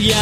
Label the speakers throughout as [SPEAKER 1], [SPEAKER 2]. [SPEAKER 1] 屋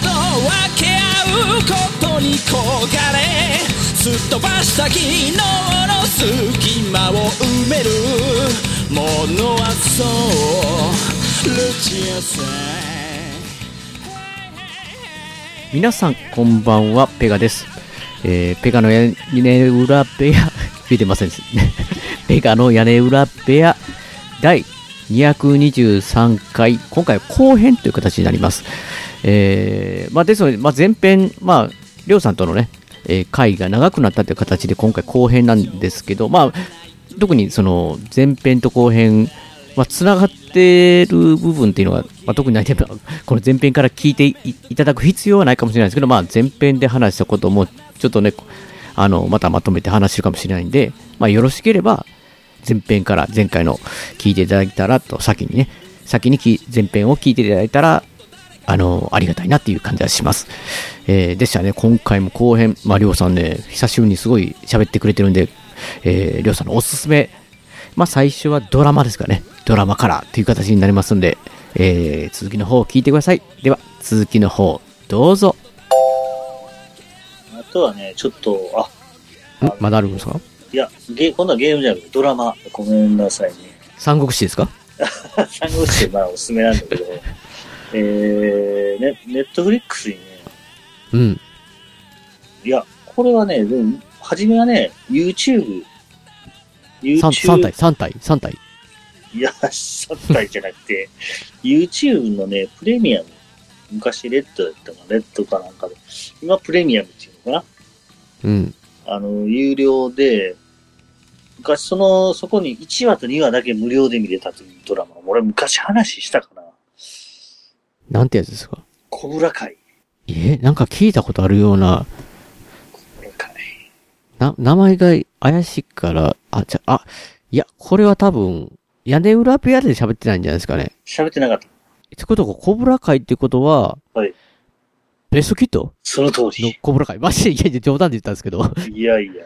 [SPEAKER 1] と分け合うことに焦がれすっ飛ばした昨日の隙間を埋めるものはそうルチアさん
[SPEAKER 2] 皆さんこんばんはペガです、えーペガの屋根裏部屋 見てませんですね ペガの屋根裏部屋第223回今回は後編という形になります、えーまあ、ですので、まあ、前編まありょうさんとのね、えー会が長くなったという形で今回後編なんですけどまあ特にその前編と後編まあ、つながってる部分っていうのは、まあ、特にないというかこの前編から聞いていいただく必要はないかもしれないですけど、まあ、前編で話したことも、ちょっとね、あの、またまとめて話してるかもしれないんで、まあ、よろしければ、前編から前回の聞いていただいたらと、先にね、先にき前編を聞いていただいたら、あの、ありがたいなっていう感じがします。えーでしたね、今回も後編、まあ、りょうさんね、久しぶりにすごい喋ってくれてるんで、えー、りょうさんのおすすめ、まあ、最初はドラマですかね。ドラマからという形になりますんで、えー、続きの方を聞いてください。では、続きの方、どうぞ。
[SPEAKER 3] あとはね、ちょっと、あ、
[SPEAKER 2] んまだあるんですか
[SPEAKER 3] いや、ゲ今度はゲームじゃなくてドラマ。ごめんなさいね。
[SPEAKER 2] 三国志ですか
[SPEAKER 3] 三国志まあおすすめなんだけど、 えー、ね、ネットフリックスにね、
[SPEAKER 2] うん。
[SPEAKER 3] いや、これはね、でも、初めはね、
[SPEAKER 2] 三
[SPEAKER 3] YouTube、YouTube
[SPEAKER 2] 三体、三体、三体。
[SPEAKER 3] いや、3体じゃなくて、YouTube のね、プレミアム。昔レッドだったかな、レッドかなんかで。今プレミアムっていうのか
[SPEAKER 2] うん。
[SPEAKER 3] なあの、有料で、昔その、そこに1話と2話だけ無料で見れたというドラマ。俺昔話したかな
[SPEAKER 2] なんてやつですか
[SPEAKER 3] 小倉会。
[SPEAKER 2] えーなんか聞いたことあるような、
[SPEAKER 3] 小倉会。
[SPEAKER 2] な、名前が怪しいから、あ、じゃ、あ、いや、これは多分、屋根裏部屋で喋ってないんじゃないですかね。
[SPEAKER 3] 喋ってなかった。
[SPEAKER 2] ってことは、コブラ会ってことは、
[SPEAKER 3] はい。
[SPEAKER 2] ベストキット
[SPEAKER 3] その通
[SPEAKER 2] の
[SPEAKER 3] り。
[SPEAKER 2] コブラ会。マジで、いやいや、冗談で言ったんですけど。
[SPEAKER 3] いやいやいや。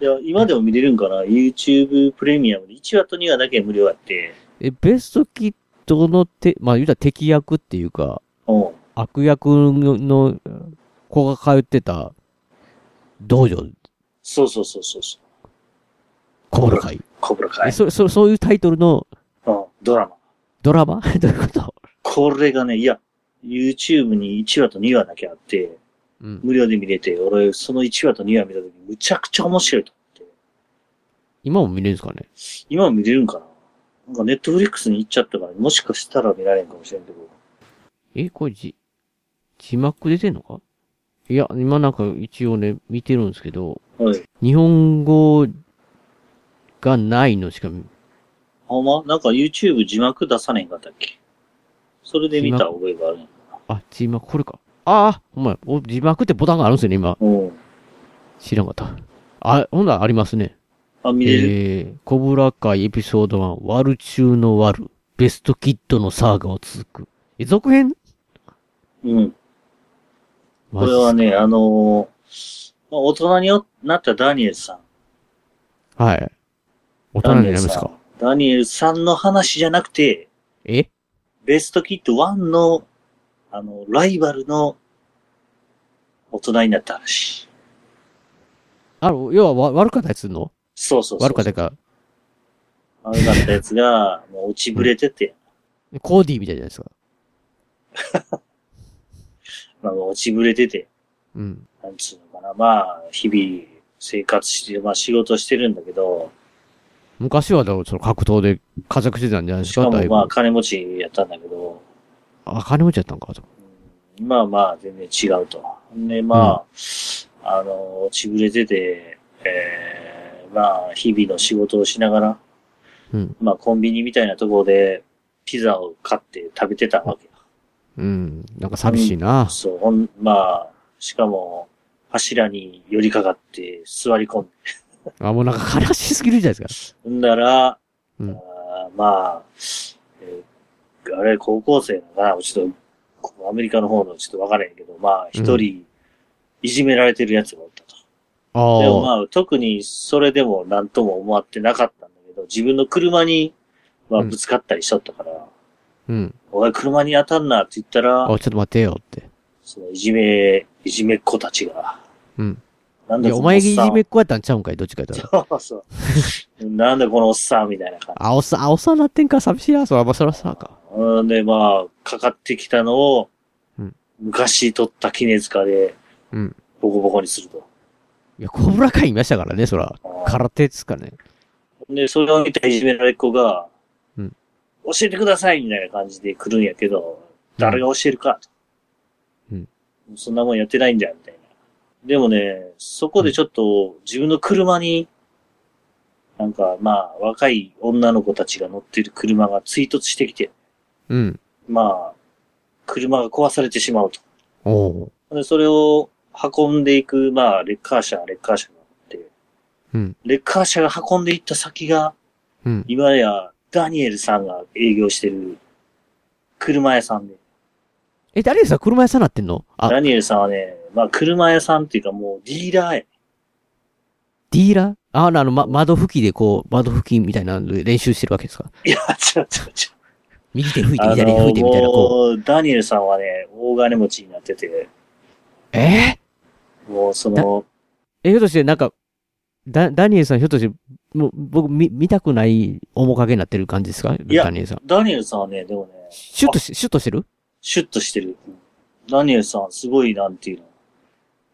[SPEAKER 3] いや、今でも見れるんかな ?YouTube プレミアムで1話と2話だけ無料あって。
[SPEAKER 2] え、ベストキットのて、まあ言うたら敵役っていうか、
[SPEAKER 3] うん。
[SPEAKER 2] 悪役の子が通ってた道場、
[SPEAKER 3] そうそうそうそうそう。
[SPEAKER 2] コブラ会。
[SPEAKER 3] 小倉会
[SPEAKER 2] え。そ、そ、そういうタイトルの
[SPEAKER 3] うん。ドラマ。
[SPEAKER 2] ドラマ どういうこと
[SPEAKER 3] これがね、いや、YouTube に1話と2話だけあって、
[SPEAKER 2] うん。
[SPEAKER 3] 無料で見れて、俺、その1話と2話見たとき、むちゃくちゃ面白いと思って。
[SPEAKER 2] 今も見れるんですかね
[SPEAKER 3] 今も見れるんかななんかネットフリックスに行っちゃったから、もしかしたら見られんかもしれんけど。
[SPEAKER 2] え、これじ、字幕出てんのかいや、今なんか一応ね、見てるんですけど、
[SPEAKER 3] はい。
[SPEAKER 2] 日本語がないのしか、
[SPEAKER 3] ほんまなんか YouTube 字幕出さねんかったっけそれで見た覚えがあるんや
[SPEAKER 2] あ、字幕、これか。ああ、ほんまやお字幕ってボタンがあるんですよね、今。
[SPEAKER 3] うん。
[SPEAKER 2] 知らんかった。あ、ほんならありますね。
[SPEAKER 3] あ、見れる。
[SPEAKER 2] えー、コブラ会エピソード1、ワル中のワル、ベストキッドのサーガを続く。え、続編
[SPEAKER 3] うん。こ
[SPEAKER 2] マ
[SPEAKER 3] れ
[SPEAKER 2] ジっす
[SPEAKER 3] はね、あのーまあ、大人になったダニエルさん。
[SPEAKER 2] はい。大人になりますか
[SPEAKER 3] ダニエルさんの話じゃなくて、
[SPEAKER 2] え
[SPEAKER 3] ベストキット1の、あの、ライバルの大人になった話。
[SPEAKER 2] あの、要はわ悪かったやつすんの
[SPEAKER 3] そうそうそう。
[SPEAKER 2] 悪かったか、
[SPEAKER 3] 悪かったやつが、もう落ちぶれてて、
[SPEAKER 2] コーディみたいじゃないですか。
[SPEAKER 3] まあ、落ちぶれてて、
[SPEAKER 2] うん。
[SPEAKER 3] なんつうのかな、まあ、日々生活して、まあ仕事してるんだけど、
[SPEAKER 2] 昔はだからその格闘で活躍してたんじゃないで
[SPEAKER 3] し
[SPEAKER 2] す
[SPEAKER 3] か
[SPEAKER 2] か、だ
[SPEAKER 3] も
[SPEAKER 2] いぶ。
[SPEAKER 3] まあ金持ちやったんだけど、
[SPEAKER 2] あ、金持ちやったんか、と。
[SPEAKER 3] うんまあまあ、全然違うと。で、まあ、あの、落ちぶれてて、えー、まあ、日々の仕事をしながら、
[SPEAKER 2] うん
[SPEAKER 3] まあ、コンビニみたいなところで、ピザを買って食べてたわけ。
[SPEAKER 2] うん。なんか寂しいな。
[SPEAKER 3] そう、ほん、まあ、しかも、柱に寄りかかって座り込んで。
[SPEAKER 2] あ、もうなんか悲しすぎるじゃないですか。
[SPEAKER 3] ほんだら、
[SPEAKER 2] うん
[SPEAKER 3] あーまあ、えーあれ、高校生なのかなちょっと、ここアメリカの方のちょっとわからへんけど、まあ、一人、いじめられてるやつがおったと。でも
[SPEAKER 2] ああ。
[SPEAKER 3] まあ、特にそれでも何とも思わってなかったんだけど、自分の車に、まあ、
[SPEAKER 2] うん
[SPEAKER 3] ぶつかったりしとったから、
[SPEAKER 2] うん。
[SPEAKER 3] おい、車に当たんなって言った
[SPEAKER 2] あ、
[SPEAKER 3] ら
[SPEAKER 2] ちょ、っと待ってよって。
[SPEAKER 3] そのいじめ、いじめっ子たちが、
[SPEAKER 2] うん。
[SPEAKER 3] なん
[SPEAKER 2] い
[SPEAKER 3] だ
[SPEAKER 2] や、
[SPEAKER 3] こ
[SPEAKER 2] お
[SPEAKER 3] のお
[SPEAKER 2] 前
[SPEAKER 3] っ
[SPEAKER 2] がい
[SPEAKER 3] さ
[SPEAKER 2] じ
[SPEAKER 3] ん
[SPEAKER 2] めっ子やったんちゃうんかい、どっちかやったら。
[SPEAKER 3] そうそう。なんだこのおっさんみたいな感じ。
[SPEAKER 2] あ、おっさん、あ、おっさんなってんか、寂しいな。そら、まあそらさか。
[SPEAKER 3] うん、で、まあ、かかってきたのを、
[SPEAKER 2] うん
[SPEAKER 3] 昔取った絹塚で、
[SPEAKER 2] うん
[SPEAKER 3] ボコボコにすると。
[SPEAKER 2] いや、コブラ会いましたからね、そら。空手っつうかね。
[SPEAKER 3] で、それを見たいじめられっ子が、
[SPEAKER 2] うん
[SPEAKER 3] 教えてくださいみたいな感じで来るんやけど、誰が教えるか、
[SPEAKER 2] うん
[SPEAKER 3] そんなもんやってないんじゃ、みたいな。でもね、そこでちょっと自分の車に、なんかまあ、若い女の子たちが乗ってる車が追突してきて、
[SPEAKER 2] うん。
[SPEAKER 3] まあ、車が壊されてしまうと。
[SPEAKER 2] おお
[SPEAKER 3] で、それを運んでいく、まあ、レッカー車、レッカー車があって、
[SPEAKER 2] うん
[SPEAKER 3] レッカー車が運んでいった先が、
[SPEAKER 2] ー。うん。
[SPEAKER 3] 今やダニエルさんが営業してる車屋さんで、
[SPEAKER 2] え、誰ですか車屋さんなってんのあ、
[SPEAKER 3] ダニエルさんはね、まあ、車屋さんっていうかもうディーラーや。
[SPEAKER 2] ディーラーあ、あの、ま、窓拭きでこう、窓拭きみたいなので練習してるわけですか
[SPEAKER 3] いや、ちょちょちょ。
[SPEAKER 2] 右手拭いて、
[SPEAKER 3] あ
[SPEAKER 2] 左手拭
[SPEAKER 3] の
[SPEAKER 2] いてみたいな、こう。
[SPEAKER 3] もう、ダニエルさんはね、大金持ちになってて、
[SPEAKER 2] えー
[SPEAKER 3] もうその、
[SPEAKER 2] え、ひょっとして、なんか、ダ、ダニエルさん、ひょっとして、もう、僕、見、見たくない面影になってる感じですか
[SPEAKER 3] いや
[SPEAKER 2] ダニエルさん。
[SPEAKER 3] ダニエルさんはね、でもね、
[SPEAKER 2] シュッとし、シュッとしてる
[SPEAKER 3] シュッとしてる。ダニエルさん、すごい、なんていう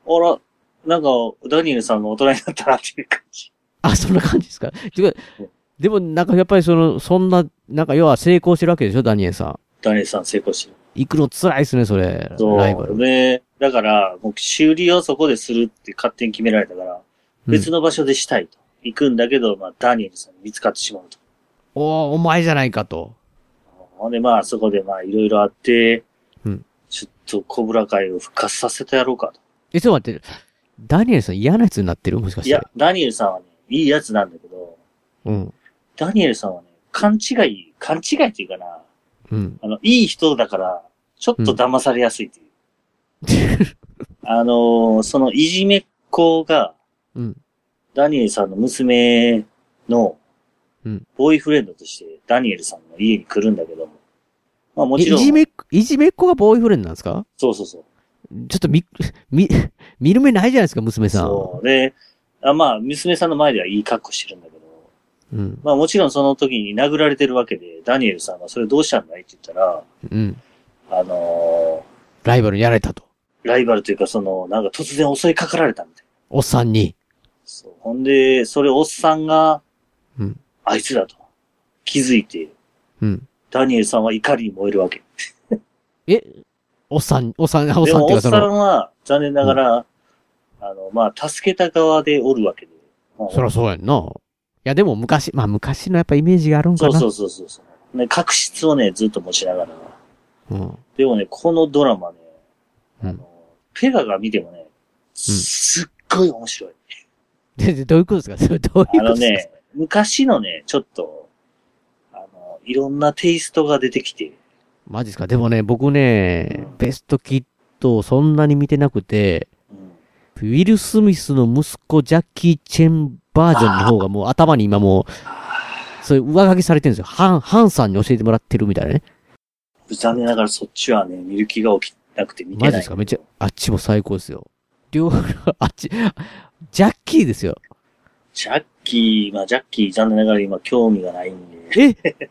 [SPEAKER 3] の。あら、なんか、ダニエルさんが大人になったなっていう感じ。
[SPEAKER 2] あ、そんな感じですかてか
[SPEAKER 3] うん
[SPEAKER 2] でも、なんか、やっぱりその、そんな、なんか、要は成功してるわけでしょダニエルさん。
[SPEAKER 3] ダニエルさん成功してる。
[SPEAKER 2] 行くの辛いですね、それ。ライバ
[SPEAKER 3] そ
[SPEAKER 2] ル。
[SPEAKER 3] う。で、だから、もう修理をそこでするって勝手に決められたから、別
[SPEAKER 2] うん
[SPEAKER 3] の場所でしたいと。行くんだけど、まあ、ダニエルさんに見つかってしまうと。
[SPEAKER 2] おーお前じゃないかと。
[SPEAKER 3] ほんで、まあ、そこで、まあ、いろいろあって、
[SPEAKER 2] うん
[SPEAKER 3] ちょっと、コブラ会を復活させてやろうかと。
[SPEAKER 2] え、ちょっと待って。ダニエルさん嫌なやつになってるもしかし
[SPEAKER 3] い
[SPEAKER 2] て。
[SPEAKER 3] や、ダニエルさんはね、いいやつなんだけど、
[SPEAKER 2] うん。
[SPEAKER 3] ダニエルさんはね、勘違い、勘違いっていうかな、
[SPEAKER 2] うん。
[SPEAKER 3] あの、いい人だから、ちょっと騙されやすいっていう。あのーそのいじめっ子が、
[SPEAKER 2] うん。
[SPEAKER 3] ダニエルさんの娘の
[SPEAKER 2] うん、
[SPEAKER 3] ボーイフレンドとして、ダニエルさんの家に来るんだけども。まあも
[SPEAKER 2] え
[SPEAKER 3] ち
[SPEAKER 2] い
[SPEAKER 3] ろん、
[SPEAKER 2] じめっ子、いじめっ子がボーイフレンドなんですか
[SPEAKER 3] そうそうそう。
[SPEAKER 2] ちょっとみ、 み、見る目ないじゃないですか、娘さん。
[SPEAKER 3] そう。で、あまあ、娘さんの前ではいい格好してるんだけど、
[SPEAKER 2] うん。
[SPEAKER 3] まあもちろんその時に殴られてるわけで、ダニエルさんがそれどうしたんだいって言ったら、
[SPEAKER 2] うん。
[SPEAKER 3] あの
[SPEAKER 2] ライバルにやられたと。
[SPEAKER 3] ーライバルというかその、なんか突然襲いかかられたみたいな。
[SPEAKER 2] おっさんに。
[SPEAKER 3] そう。ほんで、それおっさんが、
[SPEAKER 2] うん
[SPEAKER 3] あいつだと気づいて、
[SPEAKER 2] うん。
[SPEAKER 3] ダニエルさんは怒りに燃えるわけ。
[SPEAKER 2] おっさん、おっさん、おっ
[SPEAKER 3] で
[SPEAKER 2] さんっ
[SPEAKER 3] も、
[SPEAKER 2] ていう
[SPEAKER 3] おっ
[SPEAKER 2] かそ
[SPEAKER 3] さん
[SPEAKER 2] の、
[SPEAKER 3] は、残念ながら、あの、まあ、助けた側でおるわけで。まあ
[SPEAKER 2] そらそうやんな。いや、でも昔、まあ昔のやっぱイメージがあるんか
[SPEAKER 3] そう
[SPEAKER 2] な。
[SPEAKER 3] そううそうそうそう。ね、確執をね、ずっと持ちながら。
[SPEAKER 2] そう。うん。
[SPEAKER 3] でもね、このドラマね、
[SPEAKER 2] うん
[SPEAKER 3] あの、ペガが見てもね、すっごい面白い。
[SPEAKER 2] で、でどういうことです かそれどういうことです
[SPEAKER 3] あ
[SPEAKER 2] か
[SPEAKER 3] のね、昔のね、ちょっと、あの、いろんなテイストが出てきて、
[SPEAKER 2] マジですかでもね、僕ね
[SPEAKER 3] う、ん
[SPEAKER 2] ベストキットをそんなに見てなくて、
[SPEAKER 3] うん、
[SPEAKER 2] ウィル・スミスの息子ジャッキー・チェンバージョンの方がもう頭に今もう、そういう上書きされてるんですよ。ハン、ハンさんに教えてもらってるみたいなね。
[SPEAKER 3] 残念ながらそっちはね、見る気が起きなくて見てな
[SPEAKER 2] マ
[SPEAKER 3] い。
[SPEAKER 2] ジですかめっちゃ、あっちも最高ですよ。両方、あっち、ジャッキーですよ。
[SPEAKER 3] ジャッキー、まあジャッキー残念ながら今興味がないんで、
[SPEAKER 2] え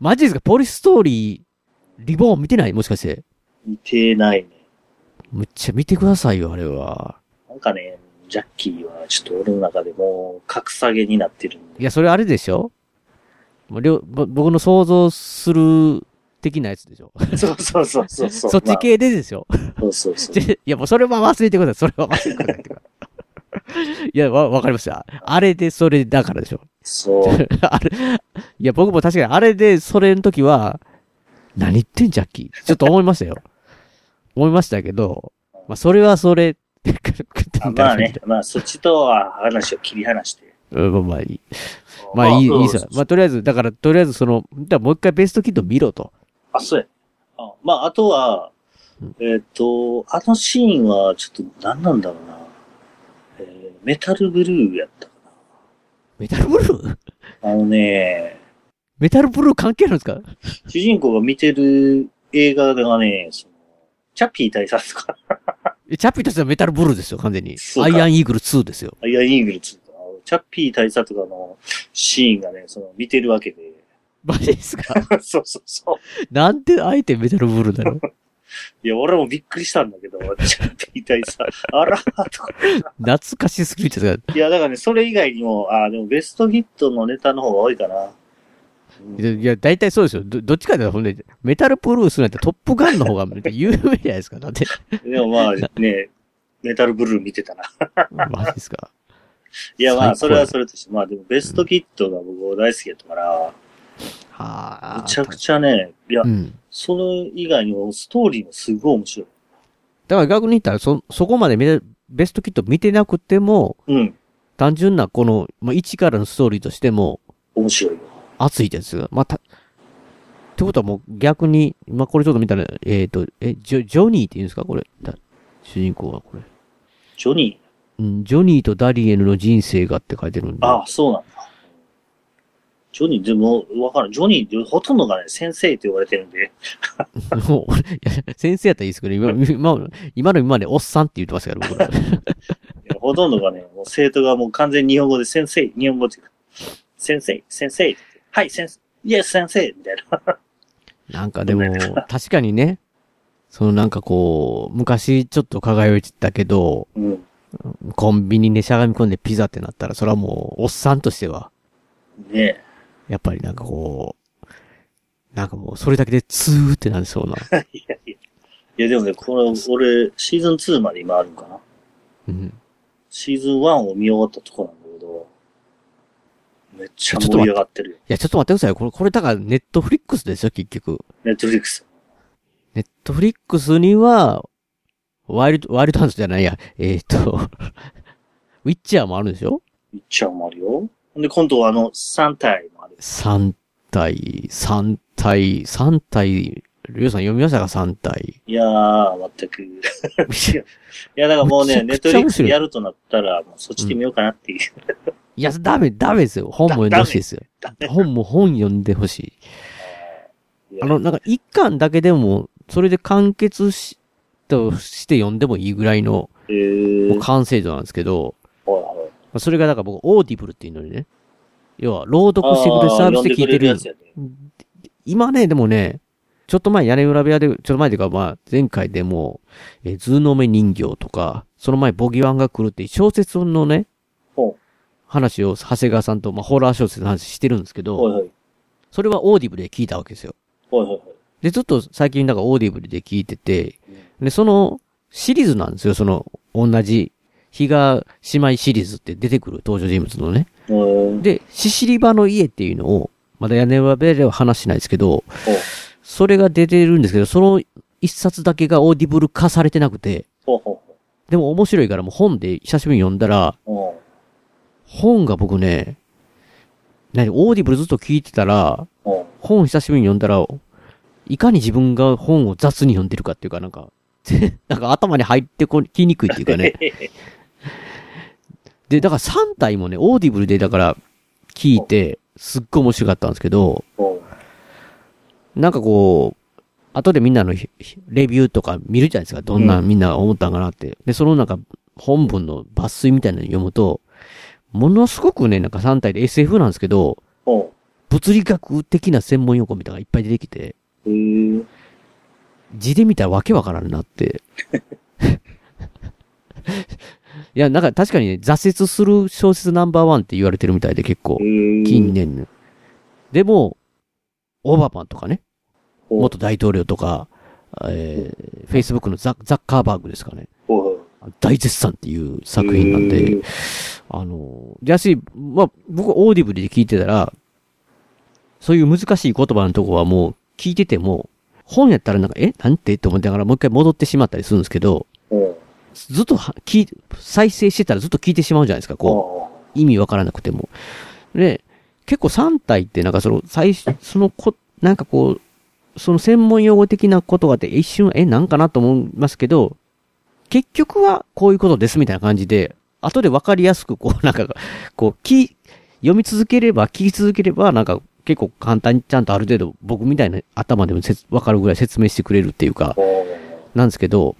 [SPEAKER 2] マジですかポリストーリー、リボーン見てないもしかして。
[SPEAKER 3] 見てないね。
[SPEAKER 2] むっちゃ見てくださいよ、あれは。
[SPEAKER 3] なんかね、ジャッキーはちょっと俺の中でもう格下げになってるん
[SPEAKER 2] い
[SPEAKER 3] で。
[SPEAKER 2] や、それあれでしょもう両ぼ僕の想像する的なやつでしょ
[SPEAKER 3] そうそうそうそうそう。
[SPEAKER 2] そっち系でですよ。
[SPEAKER 3] まあそうそうそう。
[SPEAKER 2] で いや、もうそれは忘れてください。それは忘れてくださいってか。いや、わ、わかりました。あれでそれだからでしょ。
[SPEAKER 3] そう。
[SPEAKER 2] あれ、いや、僕も確かにあれでそれの時は、何言ってんジャッキー。ちょっと思いましたよ。思いましたけど、まあ、それはそれ、
[SPEAKER 3] あまあね、まあそっちとは話を切り離して。
[SPEAKER 2] うん、まあいい。まあいい、いいさ。まあとりあえず、だから、とりあえずその、だからもう一回ベストキット見ろと。
[SPEAKER 3] あ、そうや。あまあ、あとは
[SPEAKER 2] うん、
[SPEAKER 3] えっ、と、あのシーンは、ちょっと何なんだろうな。えーメタルブルーやったか
[SPEAKER 2] メタルブルー
[SPEAKER 3] な。あのね、
[SPEAKER 2] メタルブルー関係あるんですか
[SPEAKER 3] 主人公が見てる映画がね、その、チャッピー大佐とか、
[SPEAKER 2] えチャッピーとしてはメタルブルーですよ、完全に
[SPEAKER 3] そ。うか
[SPEAKER 2] アイアンイーグル2ですよ。
[SPEAKER 3] アイアンイーグルズとか、チャッピー大佐とかのシーンがね、その、見てるわけで。
[SPEAKER 2] マジですか
[SPEAKER 3] そうそうそう。
[SPEAKER 2] なんであえてメタルブルーなの
[SPEAKER 3] いや、俺もびっくりしたんだけど、チャッピー大佐、あらーとか。
[SPEAKER 2] 懐かしすぎてさ、
[SPEAKER 3] いや、だからね、それ以外にも、あーでもベストギットのネタの方が多いかな。うん
[SPEAKER 2] いやいや、大体そうですよ。どどっちかというと、ほんで、メタルブルーするなんてトップガンの方が 有名じゃないですか。だって、
[SPEAKER 3] でもまあね、メタルブルー見てたな。
[SPEAKER 2] マジですか。
[SPEAKER 3] いやまあ、そ
[SPEAKER 2] 最高や
[SPEAKER 3] れはそれとして、まあでもベストキットが僕大好きやったから、
[SPEAKER 2] はあ。
[SPEAKER 3] むちゃくちゃね、いや
[SPEAKER 2] う、ん。
[SPEAKER 3] それ以外にもストーリーもすごい面白い。
[SPEAKER 2] だから逆に言ったら、そ、そこまでメベストキット見てなくても、
[SPEAKER 3] うん、
[SPEAKER 2] 単純なこの、まあ、一からのストーリーとしても、
[SPEAKER 3] 面白いよ。
[SPEAKER 2] 熱いですよ。まあ、た、ってことはもう逆に、まあ、これちょっと見たら、えっ、と、え、ジョ、ジョニーって言うんですかこれ。だ主人公はこれ。
[SPEAKER 3] ジョニー。
[SPEAKER 2] うん、ジョニーとダリエルの人生がって書いてるんで。
[SPEAKER 3] ああ、そうなんだ。ジョニー、でも、わからん。ジョニーってほとんどがね、先生って言われてるんで。
[SPEAKER 2] もう、い や、先生やったらいいですけど、今、今今の今でおっさんって言ってますから、僕ら。
[SPEAKER 3] いやほとんどがね、もう生徒がもう完全に日本語で先生、日本語っていうか、先生、先生って言って、はい、先生、イエス先生みたいな。
[SPEAKER 2] なんかでも、確かにね、そのなんかこう、昔ちょっと輝いてたけど、
[SPEAKER 3] うん。
[SPEAKER 2] コンビニでしゃがみ込んでピザってなったら、それはもう、おっさんとしては、
[SPEAKER 3] ねえ。
[SPEAKER 2] やっぱりなんかこう、なんかもう、それだけでツーってなりそうな。
[SPEAKER 3] いやいや。いやでもね、これ、俺、シーズン2まで今あるんかな。
[SPEAKER 2] うん。
[SPEAKER 3] シーズン1を見終わったとこなんだけど、めっちゃ盛り上がってるよ。
[SPEAKER 2] いや、ちょっと待ってください。これ、これだからネットフリックスですよ、結局。
[SPEAKER 3] ネットフリックス。
[SPEAKER 2] ネットフリックスには、ワイルド、ワイルドハンズじゃないや。えっ、と、 ウィッチャーもあるんでしょ
[SPEAKER 3] いっちゃうもあるよ。ほんで、今度はあの、3体もある。
[SPEAKER 2] 三体、三体、三体、りょうさん読みましたか三体。
[SPEAKER 3] いやー、全く。いや、だからもうね、ネ
[SPEAKER 2] めち
[SPEAKER 3] ッ
[SPEAKER 2] ゃく
[SPEAKER 3] ト
[SPEAKER 2] ちゃ面白い
[SPEAKER 3] フリックスやるとなったら、もうそっちで見ようかなっていう。
[SPEAKER 2] いや、ダメ、ダメですよ。本も読んでほしいですよ。
[SPEAKER 3] ダメ
[SPEAKER 2] 本も本読んでほしい。
[SPEAKER 3] いや
[SPEAKER 2] あの、なんか一巻だけでも、それで完結し、として読んでもいいぐらいの
[SPEAKER 3] えー、
[SPEAKER 2] もう完成度なんですけど、
[SPEAKER 3] ほらほ
[SPEAKER 2] まあそれがだから僕、オーディブルっていうのにね、要は朗
[SPEAKER 3] ら。
[SPEAKER 2] 読してくれるサービスで聞いてる
[SPEAKER 3] あー呼んでくれやつやね
[SPEAKER 2] 今ね、でもね、ちょっと前、屋根裏部屋で、ちょっと前というか、まあ、前回でも、えー、ズーノメ人形とか、その前、ボギワンが来るっていう小説のね、
[SPEAKER 3] ほ
[SPEAKER 2] 話を、長谷川さんと、まあ、ホラー小説の話してるんですけ
[SPEAKER 3] うほい
[SPEAKER 2] ど、
[SPEAKER 3] ほい。
[SPEAKER 2] それはオーディブルで聞いたわけですよ。
[SPEAKER 3] ほいほいほい。
[SPEAKER 2] で、ずっと最近、なんかオーディブルで聞いてて、で、そのシリーズなんですよ、その、同じ、日が姉妹シリーズって出てくる登場人物のね。
[SPEAKER 3] えー、
[SPEAKER 2] で、シシリバの家っていうのを、まだ屋根裏部屋では話してないですけど、
[SPEAKER 3] ほう
[SPEAKER 2] それが出てるんですけど、その一冊だけがオーディブル化されてなくて、
[SPEAKER 3] ほうほう
[SPEAKER 2] でも面白いからもう本で久しぶりに読んだら、
[SPEAKER 3] ほう。うん
[SPEAKER 2] 本が僕ね、何、オーディブルずっと聞いてたら、
[SPEAKER 3] うん
[SPEAKER 2] 本久しぶりに読んだら、いかに自分が本を雑に読んでるかっていうかなんか、 なんか頭に入ってこ、きにくいっていうかね。で、だから3体もね、オーディブルでだから聞いて、すっごい面白かったんですけど、
[SPEAKER 3] ほ
[SPEAKER 2] なんかこう、後でみんなのひひレビューとか見るじゃないですか。どんな
[SPEAKER 3] う
[SPEAKER 2] みんなが思ったんかなって。で、そのなんか本文の抜粋みたいなの読むと、ものすごくね、なんか3体で SF なんですけど、
[SPEAKER 3] うほ
[SPEAKER 2] 物理学的な専門用語みたいなのがいっぱい出てきて、
[SPEAKER 3] う。えー、
[SPEAKER 2] 字で見たらわけわからんなって。いや、なんか確かにね、挫折する小説ナンバーワンって言われてるみたいで結構
[SPEAKER 3] え、ー、
[SPEAKER 2] 近年の。でも、オバマンとかね、
[SPEAKER 3] ほう
[SPEAKER 2] 元大統領とか、えー、Facebook のザザッカーバーグですかね。
[SPEAKER 3] ほうほう
[SPEAKER 2] 大絶賛っていう作品なんで、、あの、だし、まあ、僕はオーディブルで聞いてたら、そういう難しい言葉のとこはもう聞いてても、本やったらなんか、えなんてって思ってながらもう一回戻ってしまったりするんですけど、
[SPEAKER 3] うん。
[SPEAKER 2] ずっとは聞い再生してたらずっと聞いてしまうじゃないですか、こう。意味わからなくても。で、結構3体ってなんかその、最初、そのこ、なんかこう、その専門用語的なことがあって、一瞬、え、なんかなと思いますけど、結局はこういうことですみたいな感じで、後でわかりやすく、こう、なんか、こう、き、読み続ければ、聞き続ければ、なんか、結構簡単にちゃんとある程度、僕みたいな頭でもせつわかるぐらい説明してくれるっていうか、なんですけど、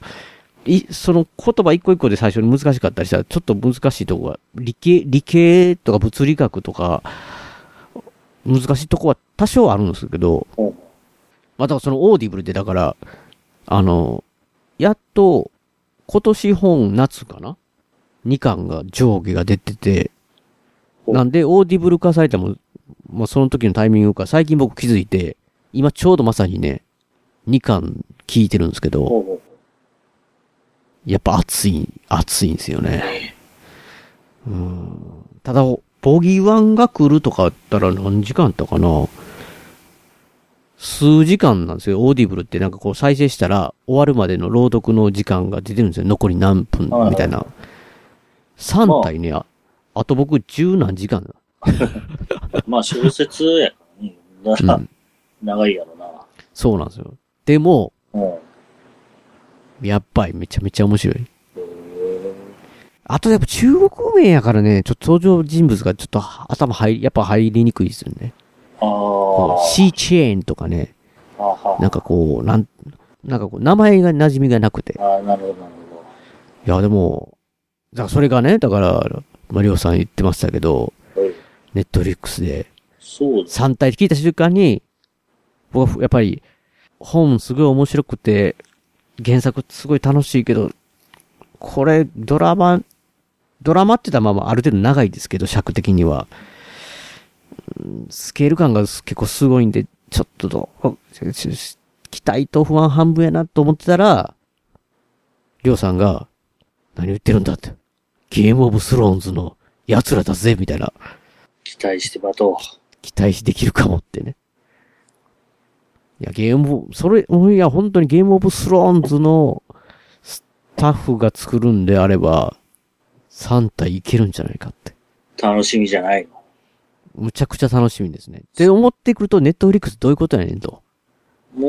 [SPEAKER 2] い、その言葉一個一個で最初に難しかったりしたら、ちょっと難しいとこは、理系、理系とか物理学とか、難しいとこは多少あるんですけど、
[SPEAKER 3] おう
[SPEAKER 2] まあ、だからそのオーディブルで、だから、あの、やっと、今年本夏かな ?2 巻が上下が出てて、
[SPEAKER 3] お
[SPEAKER 2] なんで、オーディブル化されても、まあ、その時のタイミングか、最近僕気づいて、今ちょうどまさにね、2巻聞いてるんですけど、
[SPEAKER 3] おう
[SPEAKER 2] やっぱ熱い、熱いんですよね。うん。ただ、ボギーワンが来るとかあったら何時間だったかな数時間なんですよ。オーディブルってなんかこう再生したら終わるまでの朗読の時間が出てるんですよ。残り何分
[SPEAKER 3] はいはい
[SPEAKER 2] みたいな。3体ね、ああと僕十何時間 だ。
[SPEAKER 3] まあ小説やからね。だから
[SPEAKER 2] うん。
[SPEAKER 3] 長いやろな。
[SPEAKER 2] そうなんですよ。でも、
[SPEAKER 3] うん。
[SPEAKER 2] やっぱりめちゃめちゃ面白い。
[SPEAKER 3] へー
[SPEAKER 2] あとやっぱ中国名やからね、ちょっと登場人物がちょっと頭入り、やっぱ入りにくいですよね。
[SPEAKER 3] あ
[SPEAKER 2] こ
[SPEAKER 3] あ。
[SPEAKER 2] うシーチェーンとかね、
[SPEAKER 3] あは
[SPEAKER 2] なんかこう、なん、なんかこう、名前が馴染みがなくて。
[SPEAKER 3] ああ、なるほど、なるほ
[SPEAKER 2] いや、でも、だからそれがね、だから、マリオさん言ってましたけど、
[SPEAKER 3] どはい。
[SPEAKER 2] ネットフリックスで
[SPEAKER 3] そうです。
[SPEAKER 2] 3体聞いた瞬間に、僕はやっぱり、本すごい面白くて、原作すごい楽しいけど、これ、ドラマ、ドラマって言ったらまあまあある程度長いですけど、尺的には。うんスケール感が結構すごいんで、ちょっとどう、しし期待と不安半分やなと思ってたら、りょうさんが、何言ってるんだって。ゲームオブスローンズの奴らだぜ、みたいな。
[SPEAKER 3] 期待してばと。
[SPEAKER 2] 期待できるかもってね。いや、ゲーム、それ、うんいや、本当にゲームオブスローンズのスタッフが作るんであれば、3体いけるんじゃないかって。
[SPEAKER 3] 楽しみじゃないの。
[SPEAKER 2] むちゃくちゃ楽しみですね。って思ってくると、ネットフリックスどういうことやねんと。
[SPEAKER 3] も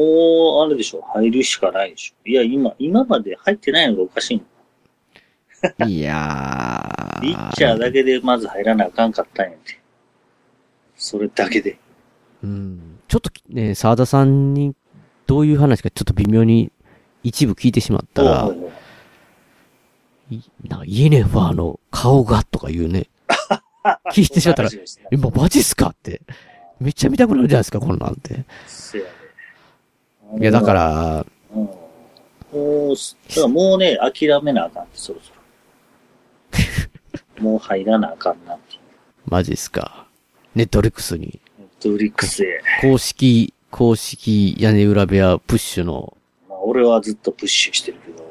[SPEAKER 3] う、あれでしょ。入るしかないでしょ。いや、今、今まで入ってないのがおかしいの。
[SPEAKER 2] い やー。
[SPEAKER 3] リッチャーだけでまず入らなあかんかったんやて。それだけで。
[SPEAKER 2] うん。ちょっとね、沢田さんにどういう話かちょっと微妙に一部聞いてしまったら
[SPEAKER 3] お、うおう
[SPEAKER 2] いなんかイエネファーの顔がとか言う ね。聞いてしまったら
[SPEAKER 3] そんな話、をしてない
[SPEAKER 2] え、ま、マジっすかって。めっちゃ見たくなるじゃないですか、こんなんて。
[SPEAKER 3] せやで
[SPEAKER 2] いや、だか。ら、
[SPEAKER 3] うん。もう、すだからもうね、諦めなあかんって、そろ そろ。もう入らなあかんなって。
[SPEAKER 2] マジっすか。ネットフリックスに、
[SPEAKER 3] ネットフリックスへ。
[SPEAKER 2] 公式、公式屋根裏部屋プッシュの、
[SPEAKER 3] まあ、俺はずっとプッシュしてるけど。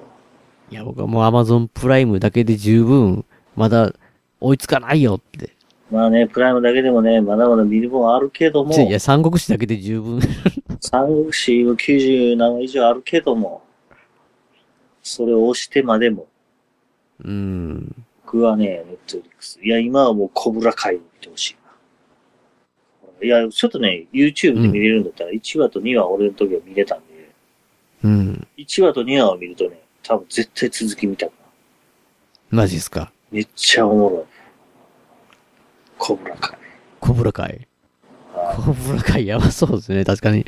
[SPEAKER 2] いや、僕はもうアマゾンプライムだけで十分、まだ追いつかないよって。
[SPEAKER 3] まあね、プライムだけでもね、まだまだ見るもんあるけども、
[SPEAKER 2] いや、三国志だけで十分。
[SPEAKER 3] 三国志は97以上あるけども、それを押してまでも、
[SPEAKER 2] うん。
[SPEAKER 3] 僕はね、ネットフリックス。いや、今はもうコブラ会を見てほしいな。いや、ちょっとね、YouTube で見れるんだったら、1話と2話俺の時は見れたんで、
[SPEAKER 2] うん。
[SPEAKER 3] 1話と2話を見るとね、多分絶対続き見たくなる。
[SPEAKER 2] マジっすか。
[SPEAKER 3] めっちゃおもろい。コブラ会。
[SPEAKER 2] コブラ会。コブラ会やばそうですね、確かに。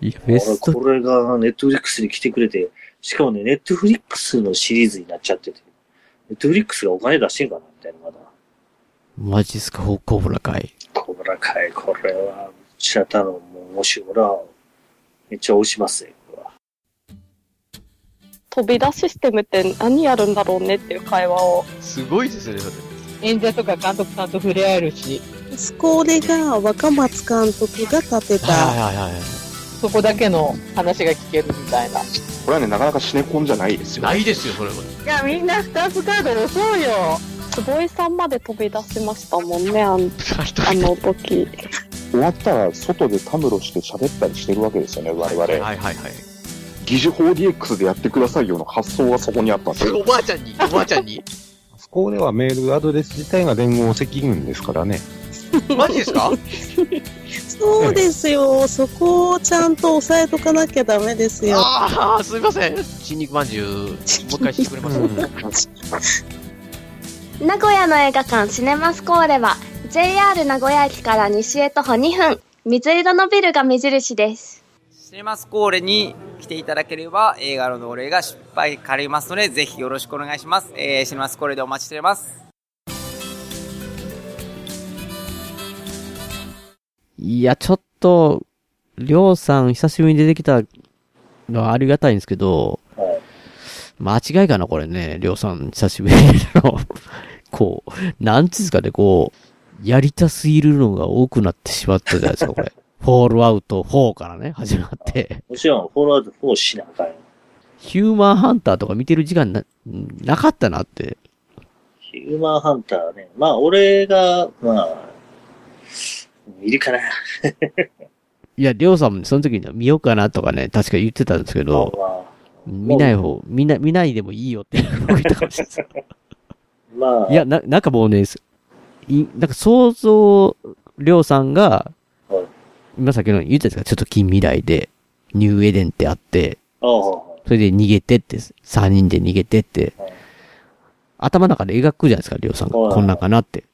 [SPEAKER 2] いや、ベス
[SPEAKER 3] 俺、
[SPEAKER 2] ト、
[SPEAKER 3] これがネットフリックスに来てくれて、しかもね、ネットフリックスのシリーズになっちゃってて、ネットフリックスがお金出してんかなみたいな、まだ。
[SPEAKER 2] マジっすか、コブラ会。
[SPEAKER 3] コブラ会、これは、シャタの、もう、もし俺は、めっちゃ押しますよ、これは。
[SPEAKER 4] 飛び出システムって何やるんだろうねっていう会話を
[SPEAKER 5] すごいですね、それ。
[SPEAKER 6] 演者とか監督さんと触れ合えるし、
[SPEAKER 7] これが若松監督が建てた
[SPEAKER 2] はいはいはい。
[SPEAKER 6] そこだけの話が聞けるみたいな。
[SPEAKER 8] これはね、なかなかシネコンじゃないですよ。
[SPEAKER 5] ないですよ、それ は。
[SPEAKER 6] いや、みんな二つカード押そうよ。
[SPEAKER 4] 坪井さんまで飛び出しましたもんねあんあの時
[SPEAKER 8] 終わったら、外でたむろして喋ったりしてるわけですよね、我々。
[SPEAKER 5] はいはいはい。
[SPEAKER 8] 疑似 4DX でやってくださいよの発想はそこにあったんです
[SPEAKER 5] それ
[SPEAKER 8] よ。
[SPEAKER 5] おばあちゃ んに、おばあちゃんに。
[SPEAKER 9] そこではメールアドレス自体が連合赤軍ですから ね。
[SPEAKER 5] マジですか
[SPEAKER 7] そうですよ。そこをちゃんと押さえとかなきゃダメですよ。
[SPEAKER 5] ああ、すみません。新肉まんじゅう、もう一回してくれます
[SPEAKER 9] うん
[SPEAKER 10] 名古屋の映画館シネマスコーレは JR 名古屋駅から西へ徒歩2分水色のビルが目印です
[SPEAKER 11] シネマスコーレに来ていただければ映画の同例が失敗かりますのでぜひよろしくお願いします、えーシネマスコーレでお待ちしております
[SPEAKER 2] いや、ちょっと、りょうさん久しぶりに出てきたのはありがたいんですけど、
[SPEAKER 3] はい
[SPEAKER 2] 間違いかな、これね。りょうさん久しぶりの、 こう、なんちゅうんですかね、こう、やりたすぎるのが多くなってしまったじゃないですか、これ。フォールアウト4からね、始まって。
[SPEAKER 3] もちろん、フォールアウト4しなあかんよ。
[SPEAKER 2] ヒューマンハンターとか見てる時間な、なかったなって。
[SPEAKER 3] ヒューマンハンターね。まあ、俺が、まあ、いるかな。
[SPEAKER 2] いや、りょうさんもその時には見ようかなとかね、確か言ってたんですけど、
[SPEAKER 3] まあ、
[SPEAKER 2] 見ない方、見な、見ないでもいいよって言ったかもしれない。
[SPEAKER 3] まあ、
[SPEAKER 2] いや、 な、なんかもうね、すい、なんか想像、りょうさんが
[SPEAKER 3] はい、
[SPEAKER 2] 今さっきの言ったじゃないですか、ちょっと近未来で、ニューエデンってあって、
[SPEAKER 3] ああ
[SPEAKER 2] それで逃げてって、3人で逃げてって
[SPEAKER 3] はい、
[SPEAKER 2] 頭の中で描くじゃないですか、りょうさんが。
[SPEAKER 3] はい
[SPEAKER 2] こんなんかなって。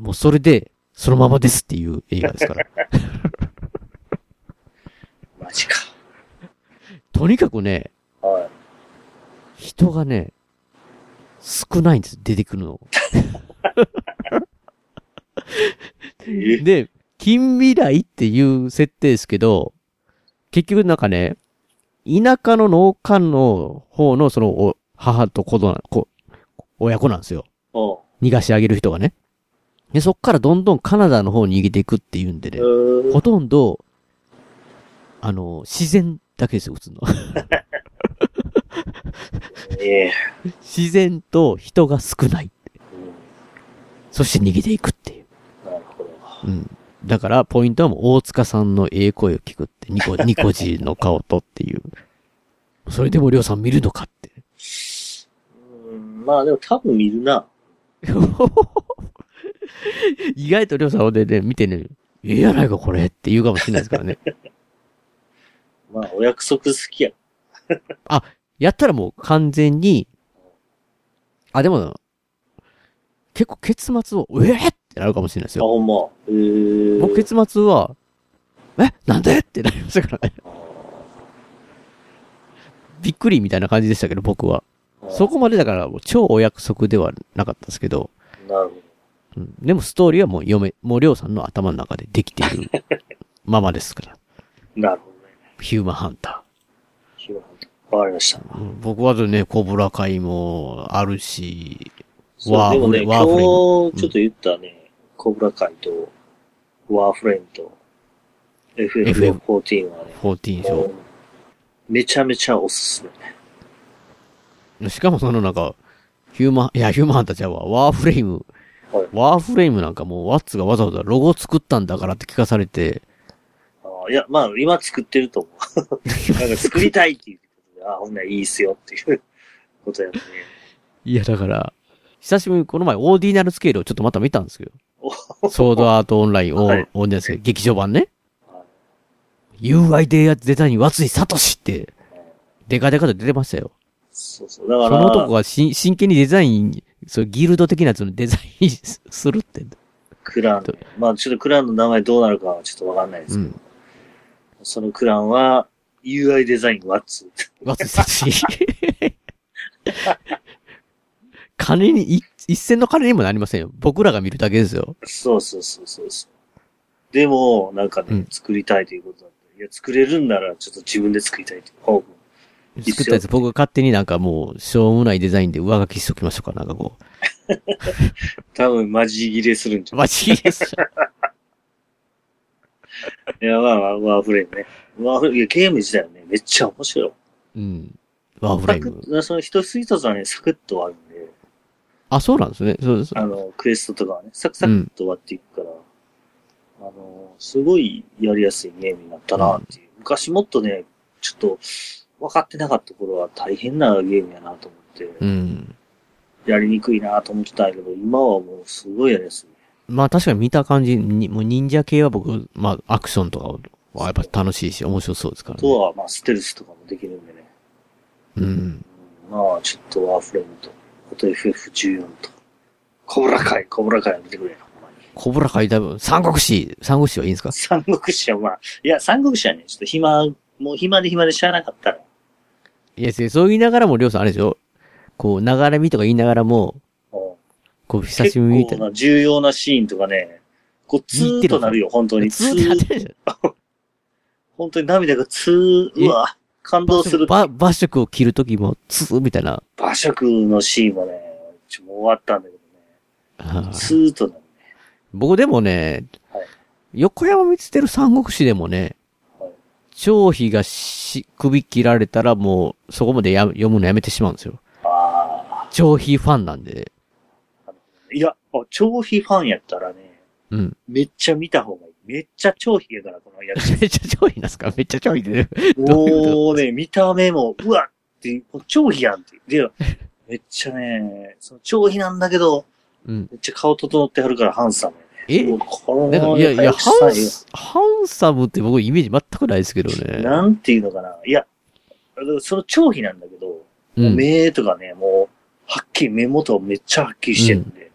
[SPEAKER 2] もうそれで、そのままですっていう映画ですから。
[SPEAKER 3] マジか。
[SPEAKER 2] とにかくね、
[SPEAKER 3] はい。
[SPEAKER 2] 人がね、少ないんです、出てくるの。
[SPEAKER 3] え
[SPEAKER 2] で、近未来っていう設定ですけど、結局なんかね、田舎の農家の方のそのお母と子供、子、親子なんですよ。
[SPEAKER 3] おう
[SPEAKER 2] 逃がし上げる人がね。で、そっからどんどんカナダの方に逃げていくっていうんで
[SPEAKER 3] え
[SPEAKER 2] ね、
[SPEAKER 3] ー
[SPEAKER 2] ほとんど、あの、自然だけですよ、普通の。
[SPEAKER 3] ええ
[SPEAKER 2] 自然と人が少ない。そして逃げていくっていう。
[SPEAKER 3] うんなるほど。
[SPEAKER 2] うん。だから、ポイントはもう大塚さんのええ声を聞くって、ニコ、 ニコジの顔とっていう。それでもりょうさん見るのかって。
[SPEAKER 3] うんまあ、でも多分見るな。
[SPEAKER 2] 意外とりょうさんをね、ね見てね、ええやないかこれって言うかもしれないです からね。
[SPEAKER 3] まあ、お約束好きや。
[SPEAKER 2] やったらもう完全に、あ、でも、結構結末を、ええってなるかもしれないです
[SPEAKER 3] あ、
[SPEAKER 2] よ。
[SPEAKER 3] ほんま。ええ
[SPEAKER 2] 僕結末は、えなんでってなりましたからね。びっくりみたいな感じでしたけど、僕は。そこまでだから、超お約束ではなかったですけど、
[SPEAKER 3] なるほ
[SPEAKER 2] うんでもストーリーはもう読め、もうりょうさんの頭の中でできている ままですから。
[SPEAKER 3] ど。なるほどね。
[SPEAKER 2] ヒューマンハンタ
[SPEAKER 3] ヒューマンハンターわかりました。
[SPEAKER 2] ー。うん僕はね、コブラ会もあるし、
[SPEAKER 3] そう、
[SPEAKER 2] ワ
[SPEAKER 3] で
[SPEAKER 2] ー
[SPEAKER 3] も
[SPEAKER 2] フレ
[SPEAKER 3] ね、今
[SPEAKER 2] ワ
[SPEAKER 3] 日
[SPEAKER 2] ーフレーム
[SPEAKER 3] ちょっと言ったね、コブラ会と、ワーフレームと、FF14 はね、
[SPEAKER 2] 14でし
[SPEAKER 3] も
[SPEAKER 2] ょ
[SPEAKER 3] うめちゃめちゃおすすめ。
[SPEAKER 2] しかもそのなんか、ヒューマン、いや、ヒューマンハンターちゃうわ。ワーフレーム
[SPEAKER 3] はい。
[SPEAKER 2] ワーフレームなんかもうワッツがわざわざロゴ作ったんだからって聞かされて、
[SPEAKER 3] あーいや、まあ、今作ってると思う。 なんか作りたいっていうことで、あー、ほんならいいっすよっていう ことやね。
[SPEAKER 2] いや、だから、久しぶりにこの前、オーディナルスケールをちょっとまた見たんですけど。ソードアートオンライン、オ
[SPEAKER 3] は
[SPEAKER 2] ー
[SPEAKER 3] い
[SPEAKER 2] オーディナルスケール、劇場版ね
[SPEAKER 3] は。
[SPEAKER 2] UI でデザイン、和井聡って、デカデカと出てましたよ。
[SPEAKER 3] そうそう。だ
[SPEAKER 2] そ
[SPEAKER 3] から、
[SPEAKER 2] の男がし真剣にデザイン、そうギルド的なやつのデザインするって。
[SPEAKER 3] クランね、まあ、ちょっとクランの名前どうなるかはちょっとわかんないで
[SPEAKER 2] う
[SPEAKER 3] すけど、
[SPEAKER 2] ん。
[SPEAKER 3] そのクランは、UI デザインワッツ。
[SPEAKER 2] 和井聡。金に、い一銭の金にもなりませんよ。僕らが見るだけですよ。
[SPEAKER 3] そうそうそうそうそう。でも、なんかね、
[SPEAKER 2] うん
[SPEAKER 3] 作りたいということだった。いや、作れるんなら、ちょっと自分で作りたいという。あうんいいっす
[SPEAKER 2] 作
[SPEAKER 3] よ
[SPEAKER 2] ったやつ、僕が勝手になんかもう、しょうもないデザインで上書きしときましょうか。なんかこう。
[SPEAKER 3] 多分、マジ切れするんじゃな
[SPEAKER 2] マジです。
[SPEAKER 3] いいや、まあまあ、ワーフレームね。ワーフレーム、いや、ゲーム自体はね、めっちゃ面白い。
[SPEAKER 2] うん。ワーフレ
[SPEAKER 3] サ
[SPEAKER 2] ー
[SPEAKER 3] ク
[SPEAKER 2] ム。
[SPEAKER 3] ッその一つ一つはね、サクッと終わるんで、
[SPEAKER 2] あ、そうなんですね。そうです。
[SPEAKER 3] あの、クエストとかはね、サクサクっと終わっていくから、あの、すごいやりやすいゲームになったなっていう。昔もっとね、ちょっと、分かってなかった頃は大変なゲームやなと思って、
[SPEAKER 2] うん。
[SPEAKER 3] やりにくいなと思ってたんやけど、今はもうすごいやりやすい。
[SPEAKER 2] まあ確かに見た感じ、にもう忍者系は僕、まあアクションとかはやっぱ楽しいし、面白そうですか
[SPEAKER 3] あ
[SPEAKER 2] らね。
[SPEAKER 3] とは、まあ、ステルスとかもできるんでね。
[SPEAKER 2] うん。
[SPEAKER 3] まあ、ちょっとワーフレームと、あと FF14 と、コブラ会、コブラ会は見てくれよ。
[SPEAKER 2] 小ブラかいだいぶ、三国志、三国志はいいんですか
[SPEAKER 3] 三国志はまあ、いや、三国志はね、ちょっと暇、もう暇で暇でしゃあなかったら、
[SPEAKER 2] いや、そう言いながらも、りょうさんあれでしょこう、ながら見とか言いながらも、こう、久しぶりみたい
[SPEAKER 3] こ
[SPEAKER 2] うな。
[SPEAKER 3] な重要なシーンとかね、こう、ツーッとなるよ、本当に。ツ
[SPEAKER 2] ー
[SPEAKER 3] 本当に涙がツー、うわ、感動する。
[SPEAKER 2] ば、馬食を切るときも、ツーみたいな。
[SPEAKER 3] 馬食のシーンもね、ちょもう終わったんだけ
[SPEAKER 2] は
[SPEAKER 3] ど、
[SPEAKER 2] い
[SPEAKER 3] ツーッとなる。
[SPEAKER 2] 僕でもね、横山見つてる三国志でもね、張飛がし、首切られたらもう、そこまでや読むのやめてしまうんですよ。張飛ファンなんで、
[SPEAKER 3] いや、あ張飛ファンやったらね、
[SPEAKER 2] うん。
[SPEAKER 3] めっちゃ見た方がいい。めっちゃ張飛やから、この役者。
[SPEAKER 2] めっちゃ張飛なんすかめっちゃ張飛で。どういうこと
[SPEAKER 3] もうね、見た目も、うわって、超飛やんって。で、めっちゃね、その超飛なんだけど、
[SPEAKER 2] うん。
[SPEAKER 3] めっちゃ顔整ってはるからハンサム
[SPEAKER 2] え
[SPEAKER 3] こ
[SPEAKER 2] なん
[SPEAKER 3] の
[SPEAKER 2] か、いやいや、
[SPEAKER 3] 役者
[SPEAKER 2] ハ
[SPEAKER 3] さん
[SPEAKER 2] ンス、ハンサムって僕イメージ全くないですけど
[SPEAKER 3] よ
[SPEAKER 2] ね。
[SPEAKER 3] なんていうのかな。いや、だからその超飛なんだけど、
[SPEAKER 2] うん
[SPEAKER 3] もう目とかね、もう、はっきり目元めっちゃはっきりしてるんで、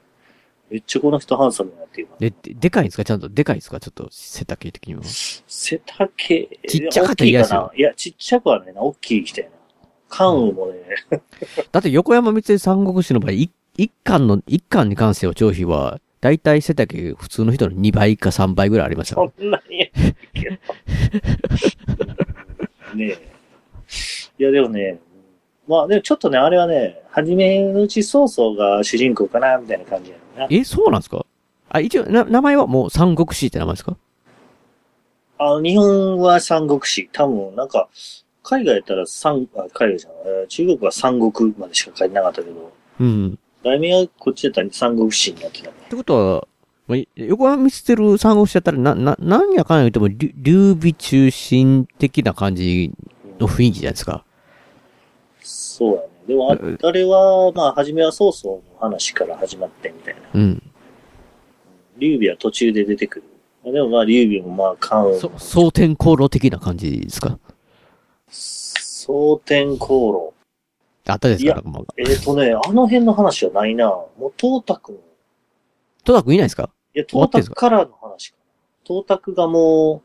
[SPEAKER 3] めっちゃこの人ハンサムやなっていうか。
[SPEAKER 2] で、ででかいんですかちゃんとでかいんですかちょっと背丈的には。
[SPEAKER 3] 背丈、
[SPEAKER 2] ちっちゃかったら
[SPEAKER 3] 大きい
[SPEAKER 2] 嫌で
[SPEAKER 3] か
[SPEAKER 2] すよ
[SPEAKER 3] な。いや、ちっちゃくはないな。大きい人やな。関羽もね、
[SPEAKER 2] だって横山光三国志の場合、い一巻の、一巻に関しては張飛は、だいたい背丈普通の人の2倍か3倍ぐらいありましたから。
[SPEAKER 3] そんなにやるけど。ねえ。いや、でもね、まあ、でもちょっとね、あれはね、初めのうち曹操が主人公かな、みたいな感じやろな。
[SPEAKER 2] え、そうなんですかあ、一応、な、名前はもう三国志って名前ですか
[SPEAKER 3] あの、日本は三国志。多分、なんか、海外やったら三、あ海外じゃない、えー中国は三国までしか書いてなかったけど、
[SPEAKER 2] うん。
[SPEAKER 3] 題名はこっちやったら三国志になってたね。
[SPEAKER 2] ってことは、まあい横浜見捨てる三国志だったら、な、な、なんやかんや言っても、りゅ劉備中心的な感じの雰囲気じゃないですか。
[SPEAKER 3] そうやね。でも、ああれは、まあ、初めは曹操の話から始まって、みたいな。
[SPEAKER 2] うん。
[SPEAKER 3] 劉備は途中で出てくる。まあでもまあ、劉備もまあ、関羽も
[SPEAKER 2] 蒼天航路的な感じですか
[SPEAKER 3] 蒼天航
[SPEAKER 2] あったです
[SPEAKER 3] い
[SPEAKER 2] か
[SPEAKER 3] や
[SPEAKER 2] なんかもう
[SPEAKER 3] 路。えっ、とね、あの辺の話はないな。もう、東卓の、い
[SPEAKER 2] 戸田君いないですか
[SPEAKER 3] や、
[SPEAKER 2] 終わ
[SPEAKER 3] 東
[SPEAKER 2] ってんす
[SPEAKER 3] 卓
[SPEAKER 2] か
[SPEAKER 3] からの話かな。東卓がも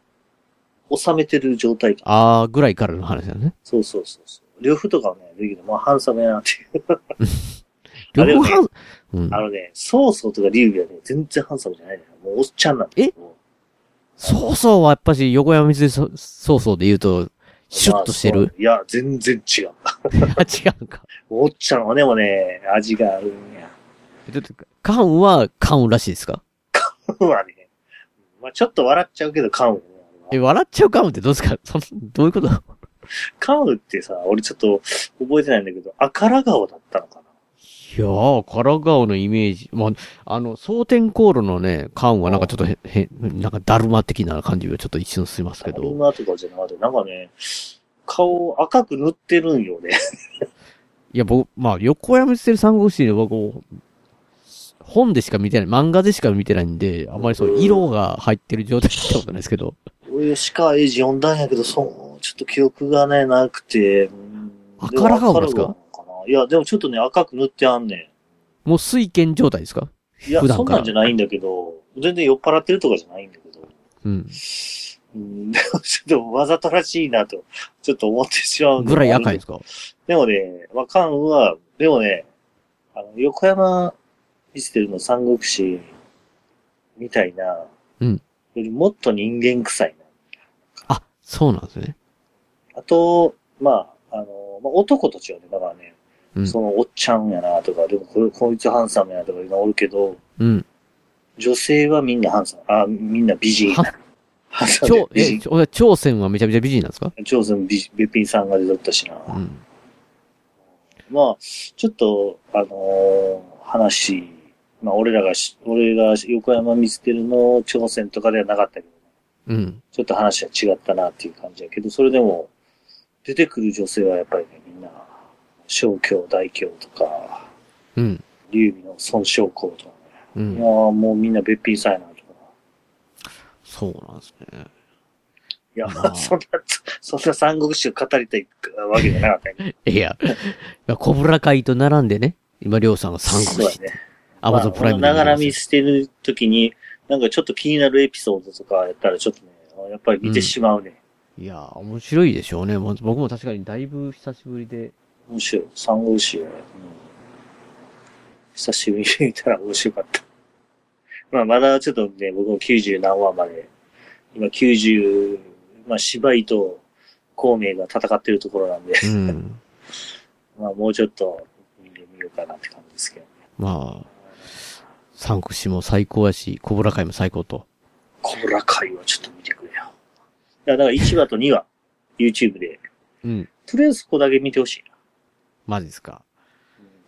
[SPEAKER 3] う、収めてる状態か。
[SPEAKER 2] ああ、ぐらいからの話だね。
[SPEAKER 3] そうそうそうそう。呂布とかはね、できるまあ、ハンサムや なっていう。あれ
[SPEAKER 2] 両
[SPEAKER 3] は
[SPEAKER 2] 方は、
[SPEAKER 3] ね
[SPEAKER 2] うん。
[SPEAKER 3] あのね、曹操とか劉備はね、全然ハンサムじゃないのよ。もう、おっちゃんなんだよ。
[SPEAKER 2] 曹操はやっぱし横山光そ曹操で言うと、シュッとして
[SPEAKER 3] まあ
[SPEAKER 2] る
[SPEAKER 3] そう。いや、全然違う。
[SPEAKER 2] 違うか。
[SPEAKER 3] おっちゃんはでもね、味があるんや。
[SPEAKER 2] ちょっと関羽は関羽らしいですか
[SPEAKER 3] まあね。まあちょっと笑っちゃうけど、カンウ。
[SPEAKER 2] え、笑っちゃう関羽ってどうですか そんどういうこと
[SPEAKER 3] カンウってさ、俺ちょっと覚えてないんだけど、あから顔だったのか
[SPEAKER 2] いやー、カラガオのイメージ。まあ、あの、蒼天航路のね、関はなんかちょっとへ、へ、なんかだるま的な感じはちょっと一瞬しますけ
[SPEAKER 3] な。
[SPEAKER 2] ど。
[SPEAKER 3] 馬とかじゃなかった。なんかね、顔赤く塗ってるんよね。
[SPEAKER 2] いや、僕、まあ、横山してる三国志はこう、本でしか見てない、漫画でしか見てないんで、あんまりそう、色が入ってる状態ってことないですけど。
[SPEAKER 3] 俺、吉川英治読んだんやけど、そう、ちょっと記憶がね、なくて。あ
[SPEAKER 2] あから顔ですか
[SPEAKER 3] いや、でもちょっとね、赤く塗ってあんね
[SPEAKER 2] もう水剣状態ですか
[SPEAKER 3] ん。いや、
[SPEAKER 2] 普
[SPEAKER 3] そ
[SPEAKER 2] 段
[SPEAKER 3] ん
[SPEAKER 2] か
[SPEAKER 3] なん
[SPEAKER 2] ら
[SPEAKER 3] じゃ。ないんだけど、全然酔っ払ってるとかじゃないんだけど。
[SPEAKER 2] うん。
[SPEAKER 3] うん でもちょっとわざとらしいなと、ちょっと思ってしまう。
[SPEAKER 2] ぐらい赤いんですか
[SPEAKER 3] でもね、わかんは、でもね、あの、横山ミステルの三国志みたいな、よ
[SPEAKER 2] うん
[SPEAKER 3] りもっと人間臭い
[SPEAKER 2] そうなんですね。
[SPEAKER 3] な。あと、まあ、あの、まあ、男たちはね、だからね、
[SPEAKER 2] うん
[SPEAKER 3] そのおっちゃんやなとか、でもこれこいつハンサムやなとか今おるけど、
[SPEAKER 2] うん。
[SPEAKER 3] 女性はみんなハンサム、あ、みんな美人。 ハンサム
[SPEAKER 2] 超
[SPEAKER 3] で、美
[SPEAKER 2] え、
[SPEAKER 3] 人。
[SPEAKER 2] ちょ朝鮮はめちゃめちゃ美人なんですか
[SPEAKER 3] 朝鮮美べっぴんさんが出とったしな。
[SPEAKER 2] うん。
[SPEAKER 3] まあ、ちょっと、あのー話、まあ、俺らがし、俺が横山見捨てるの挑戦とかではなかったけど、
[SPEAKER 2] うん。
[SPEAKER 3] ちょっと話は違ったなっていう感じやけど、それでも、出てくる女性はやっぱりね、みんな、小京大京とか、
[SPEAKER 2] うん。
[SPEAKER 3] 劉備の孫将校とか、
[SPEAKER 2] う
[SPEAKER 3] い
[SPEAKER 2] ん
[SPEAKER 3] や。ーもうみんなべっぴんさいなとか。
[SPEAKER 2] そうなんですね。
[SPEAKER 3] いや、そんな、そんな三国志を語りたいわけじゃなかったね。
[SPEAKER 2] いや、小倉会と並んでね、今、りょうさんが三
[SPEAKER 3] そう
[SPEAKER 2] 国
[SPEAKER 3] だ
[SPEAKER 2] 志。
[SPEAKER 3] ね。
[SPEAKER 2] アマゾンプライム
[SPEAKER 3] まあながら
[SPEAKER 2] 見
[SPEAKER 3] 見してるときに、なんかちょっと気になるエピソードとかやったらちょっとね、やっぱり見てしまうね。
[SPEAKER 2] いやー、面白いでしょうね。もう僕も確かにだいぶ久しぶりで。
[SPEAKER 3] 面白い。三国志は、うん、久しぶりに見たら面白かった。 まあまだちょっとね、僕も90何話まで、今90、まあ芝居と孔明が戦ってるところなんで、
[SPEAKER 2] うん。
[SPEAKER 3] まあもうちょっと見てみようかなって感じですけど。
[SPEAKER 2] まあ、三国志も最高やし、小倉会も最高と。
[SPEAKER 3] コブラ会はちょっと見てくれよ。いや、だから1話と2話、YouTube で。
[SPEAKER 2] うん。
[SPEAKER 3] とりあえずここだけ見てほしいな。
[SPEAKER 2] マジですか。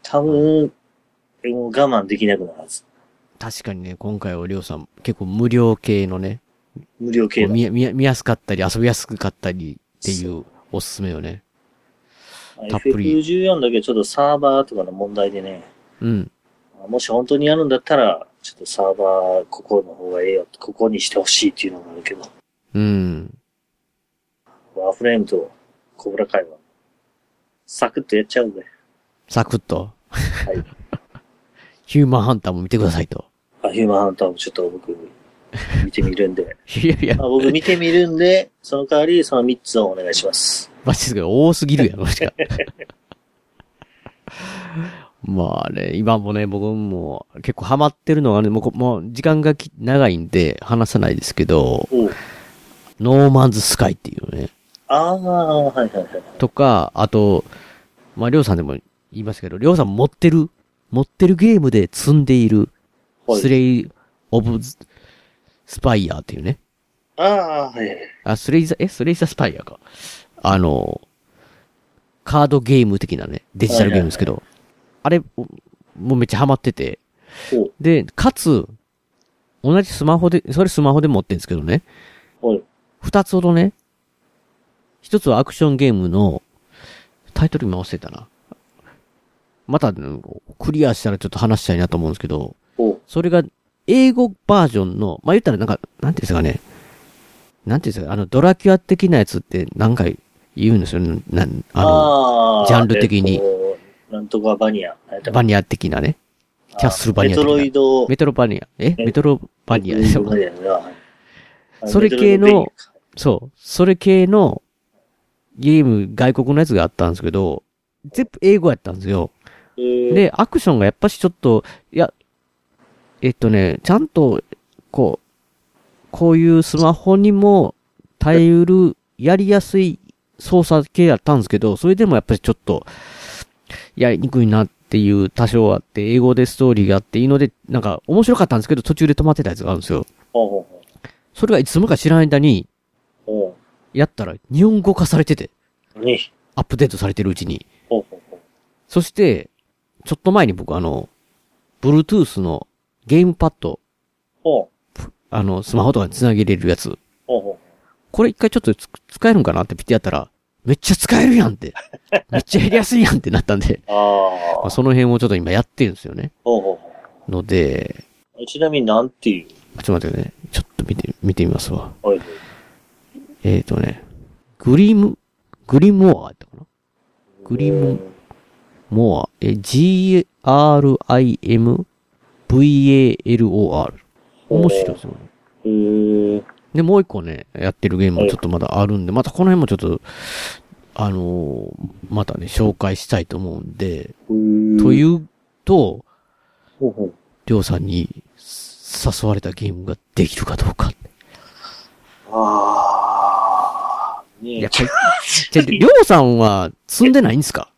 [SPEAKER 3] 多分、もう我慢できなくなるはず。
[SPEAKER 2] 確かにね、今回はりょうさん、結構無料系のね。
[SPEAKER 3] 無料系
[SPEAKER 2] こう見や見や見やすかったり、遊びやすかったりっていうおすすめよね。たっぷり
[SPEAKER 3] FF14 だけちょっとサーバーとかの問題でね、
[SPEAKER 2] うん。
[SPEAKER 3] もし本当にやるんだったら、ちょっとサーバーここの方がええよ、ここにしてほしいっていうのがあるけど、
[SPEAKER 2] うん。
[SPEAKER 3] ワーフレームとコブラ会は、サクッとやっちゃう ぜ。
[SPEAKER 2] サクッと。
[SPEAKER 3] はい。
[SPEAKER 2] ヒューマンハンターも見てくださいと。
[SPEAKER 3] あ、ヒューマンハンターもちょっと僕、見てみるんで。
[SPEAKER 2] いやいや
[SPEAKER 3] まあ、僕見てみるんで、その代わりその3つをお願いします。
[SPEAKER 2] マジですけど、多すぎるやろ、マジか。 まあね、今もね、僕も結構ハマってるのはね、もうこ、もう時間がき長いんで話さないですけど、ノーマンズスカイっていうね、
[SPEAKER 3] ああ、はいはいはい。
[SPEAKER 2] とか、あと、まあ、りょうさんでも言いましたけど、りょうさん持ってる、持ってるゲームで積んでいる、
[SPEAKER 3] はい
[SPEAKER 2] スレイ・オブ・スパイヤーっていうね、
[SPEAKER 3] ああ、はいはい。
[SPEAKER 2] あ、スレイザ、え、スレイザスパイアか。あの、カードゲーム的なね、デジタルゲームですけど、あれ、おもうめっちゃハマってて、で、かつ、同じスマホで、それスマホで持ってるんですけどね、
[SPEAKER 3] はい。
[SPEAKER 2] 二つほどね、一つはアクションゲームの、タイトル今忘れたな。また、うんクリアしたらちょっと話したいなと思うんですけど、それが、英語バージョンの、まあ、言ったらなんか、なんていうんですかね、なんていうんですか、あの、ドラキュア的なやつって何回言うんですよね、なんあの、
[SPEAKER 3] あー
[SPEAKER 2] ジャンル的
[SPEAKER 3] えっ
[SPEAKER 2] に、
[SPEAKER 3] となんとかバニア。
[SPEAKER 2] バニア的なね、キャッスルバニア
[SPEAKER 3] メ
[SPEAKER 2] 的
[SPEAKER 3] ト
[SPEAKER 2] な。
[SPEAKER 3] ロイド。
[SPEAKER 2] メトロバニア。えメトロバニアで
[SPEAKER 3] メ
[SPEAKER 2] し
[SPEAKER 3] ト
[SPEAKER 2] ょ
[SPEAKER 3] ロイドバニアねはい あ
[SPEAKER 2] それ系
[SPEAKER 3] メトロイドベニ
[SPEAKER 2] の、そう、それ系のゲーム、外国のやつがあったんですけど、全部英語やったんですよ。で、アクションがやっぱしちょっと、いや、えっとね、ちゃんと、こう、こういうスマホにも耐えうる、やりやすい操作系やったんですけど、それでもやっぱりちょっと、やりにくいなっていう多少あって、英語でストーリーがあっていいので、なんか面白かったんですけど、途中で止まってたやつがあるんですよ。
[SPEAKER 3] ほうほうほう
[SPEAKER 2] それがいつもか知らない間に、
[SPEAKER 3] おう
[SPEAKER 2] やったら日本語化されてて、
[SPEAKER 3] ね
[SPEAKER 2] アップデートされてるうちに。
[SPEAKER 3] ほうほうほう
[SPEAKER 2] そして、ちょっと前に僕あの、Bluetooth のゲームパッド、
[SPEAKER 3] ほう
[SPEAKER 2] あの、スマホとかに繋げれるやつ。
[SPEAKER 3] ほうほ
[SPEAKER 2] これ一回ちょっとつ使えるんかなってピッてやったら、めっちゃ使えるやんって。めっちゃやりやすいやんってなったんで。
[SPEAKER 3] あ
[SPEAKER 2] まあその辺をちょっと今やってるんですよね。
[SPEAKER 3] うほうほ
[SPEAKER 2] ので、
[SPEAKER 3] うちなみになんていう
[SPEAKER 2] あちょっと待ってね。ちょっと見て、見てみますわ。
[SPEAKER 3] はいはい
[SPEAKER 2] えーとね、グリム、グリモアやったかなグリム、モア、え、G-R-I-M-V-A-L-O-R。面白いですよね。で、もう一個ね、やってるゲームはちょっとまだあるんで、またこの辺もちょっと、あのーまたね、紹介したいと思うんで、というと、りょうさんに誘われたゲームができるかどうか。
[SPEAKER 3] ね
[SPEAKER 2] いや、これじゃありょうさんは積んでないんですか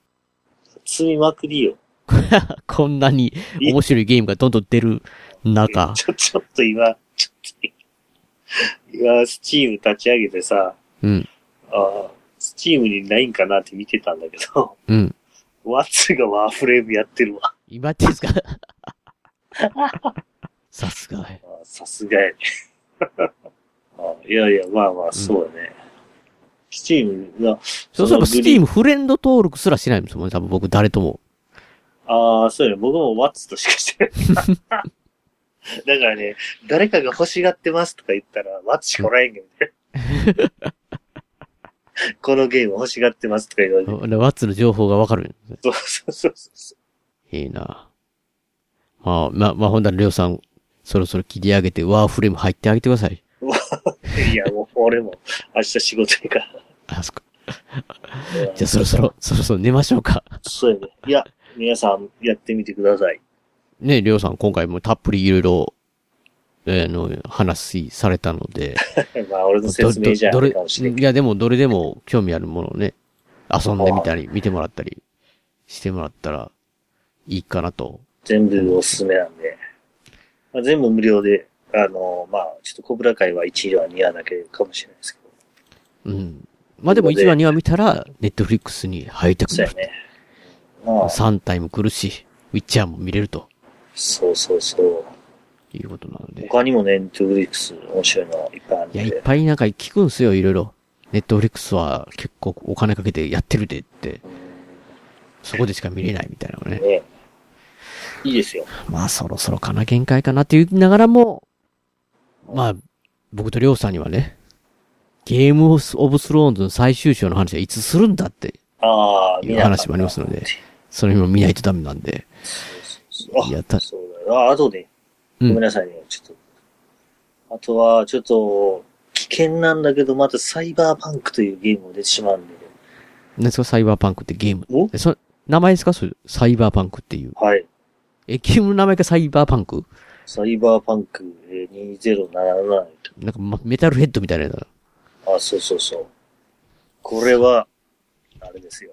[SPEAKER 3] 積みまくりよ。
[SPEAKER 2] こんなに面白いゲームがどんどん出る中。
[SPEAKER 3] ちょ、ちょっと今、ちょっと今、今、スチーム立ち上げてさ、
[SPEAKER 2] うん。
[SPEAKER 3] あスチームにないんかなって見てたんだけど、
[SPEAKER 2] うん。
[SPEAKER 3] ワッツがワーフレームやってるわ。
[SPEAKER 2] 今ってですか さすが。
[SPEAKER 3] さすがやね。あいやいや、まあまあ、そうだね。スチームが、
[SPEAKER 2] そうすれば、
[SPEAKER 3] その
[SPEAKER 2] ステ
[SPEAKER 3] グリ
[SPEAKER 2] ィ
[SPEAKER 3] ー
[SPEAKER 2] ー
[SPEAKER 3] ン
[SPEAKER 2] ムフレンド登録すらしないんですもんね。多分僕、誰とも。
[SPEAKER 3] ああ、そうよね。僕もワッツとしかして ない。だからね、誰かが欲しがってますとか言ったら、ワッツしかおらへんけどね。 このゲーム欲しがってますとか言われて。
[SPEAKER 2] あワッツの情報がわかるんですね。
[SPEAKER 3] そうそうそうそ
[SPEAKER 2] いいなまあ、まあ、まあ、ほんだら、りょうさん、そろそろ切り上げて、ワーフレーム入ってあげてください。
[SPEAKER 3] う。いや、もう俺も明日仕事行から。
[SPEAKER 2] あ、そっか。じゃあ、そろそ ろ、そろそろ寝ましょうか。
[SPEAKER 3] そうやね。いや、皆さんやってみてください。
[SPEAKER 2] ね、りょうさん、今回もたっぷりいろいろ、えーの、話されたので。
[SPEAKER 3] まあ、俺の 説明じゃあ
[SPEAKER 2] ど
[SPEAKER 3] れ
[SPEAKER 2] れ
[SPEAKER 3] かもしれんけ
[SPEAKER 2] いや、でも、どれでも興味あるものをね、遊んでみたり、見てもらったり、してもらったら、いいかなと。
[SPEAKER 3] 全部おすすめなんで、まあ、全部無料で、あのまあ、ちょっとコブラ会は1位は2話だけかもしれないですけど、
[SPEAKER 2] うん。まあでも、1話、2話見たら、ネットフリックスに入ってく
[SPEAKER 3] そう
[SPEAKER 2] る
[SPEAKER 3] や。ね。
[SPEAKER 2] 3体も来るし、ウィッチャーも見れると
[SPEAKER 3] そうそうそう。
[SPEAKER 2] いうことなので。
[SPEAKER 3] 他にもね、ネットフリックス面白いのいっぱいあるん
[SPEAKER 2] い
[SPEAKER 3] で。
[SPEAKER 2] や、いっぱいなんか聞くんすよ、いろいろ。ネットフリックスは結構お金かけてやってるでって。そこでしか見れないみたいなのね。
[SPEAKER 3] ねいいですよ。
[SPEAKER 2] まあそろそろかな、限界かなって言いながらも、まあ、僕とりょうさんにはね、ゲームオブスローンズの最終章の話はいつするんだって
[SPEAKER 3] ああ、
[SPEAKER 2] い
[SPEAKER 3] 見
[SPEAKER 2] う
[SPEAKER 3] なかった
[SPEAKER 2] 話もありますので、それも見ないとダメなんで。いや、た、
[SPEAKER 3] あ、あとで、
[SPEAKER 2] う
[SPEAKER 3] ご
[SPEAKER 2] ん
[SPEAKER 3] めんなさいね、ちょっと。あとは、ちょっと、危険なんだけど、またサイバーパンクというゲームも出てしまうんで、
[SPEAKER 2] 何ですかサイバーパンクってゲーム。えそ名前ですかそれ、サイバーパンクっていう。
[SPEAKER 3] はい。
[SPEAKER 2] え、ゲームの名前がサイバーパンク
[SPEAKER 3] サイバーパンクえー2077
[SPEAKER 2] なんか、まメタルヘッドみたいなやつだ
[SPEAKER 3] あ、そうそうそう。これは、あれですよ。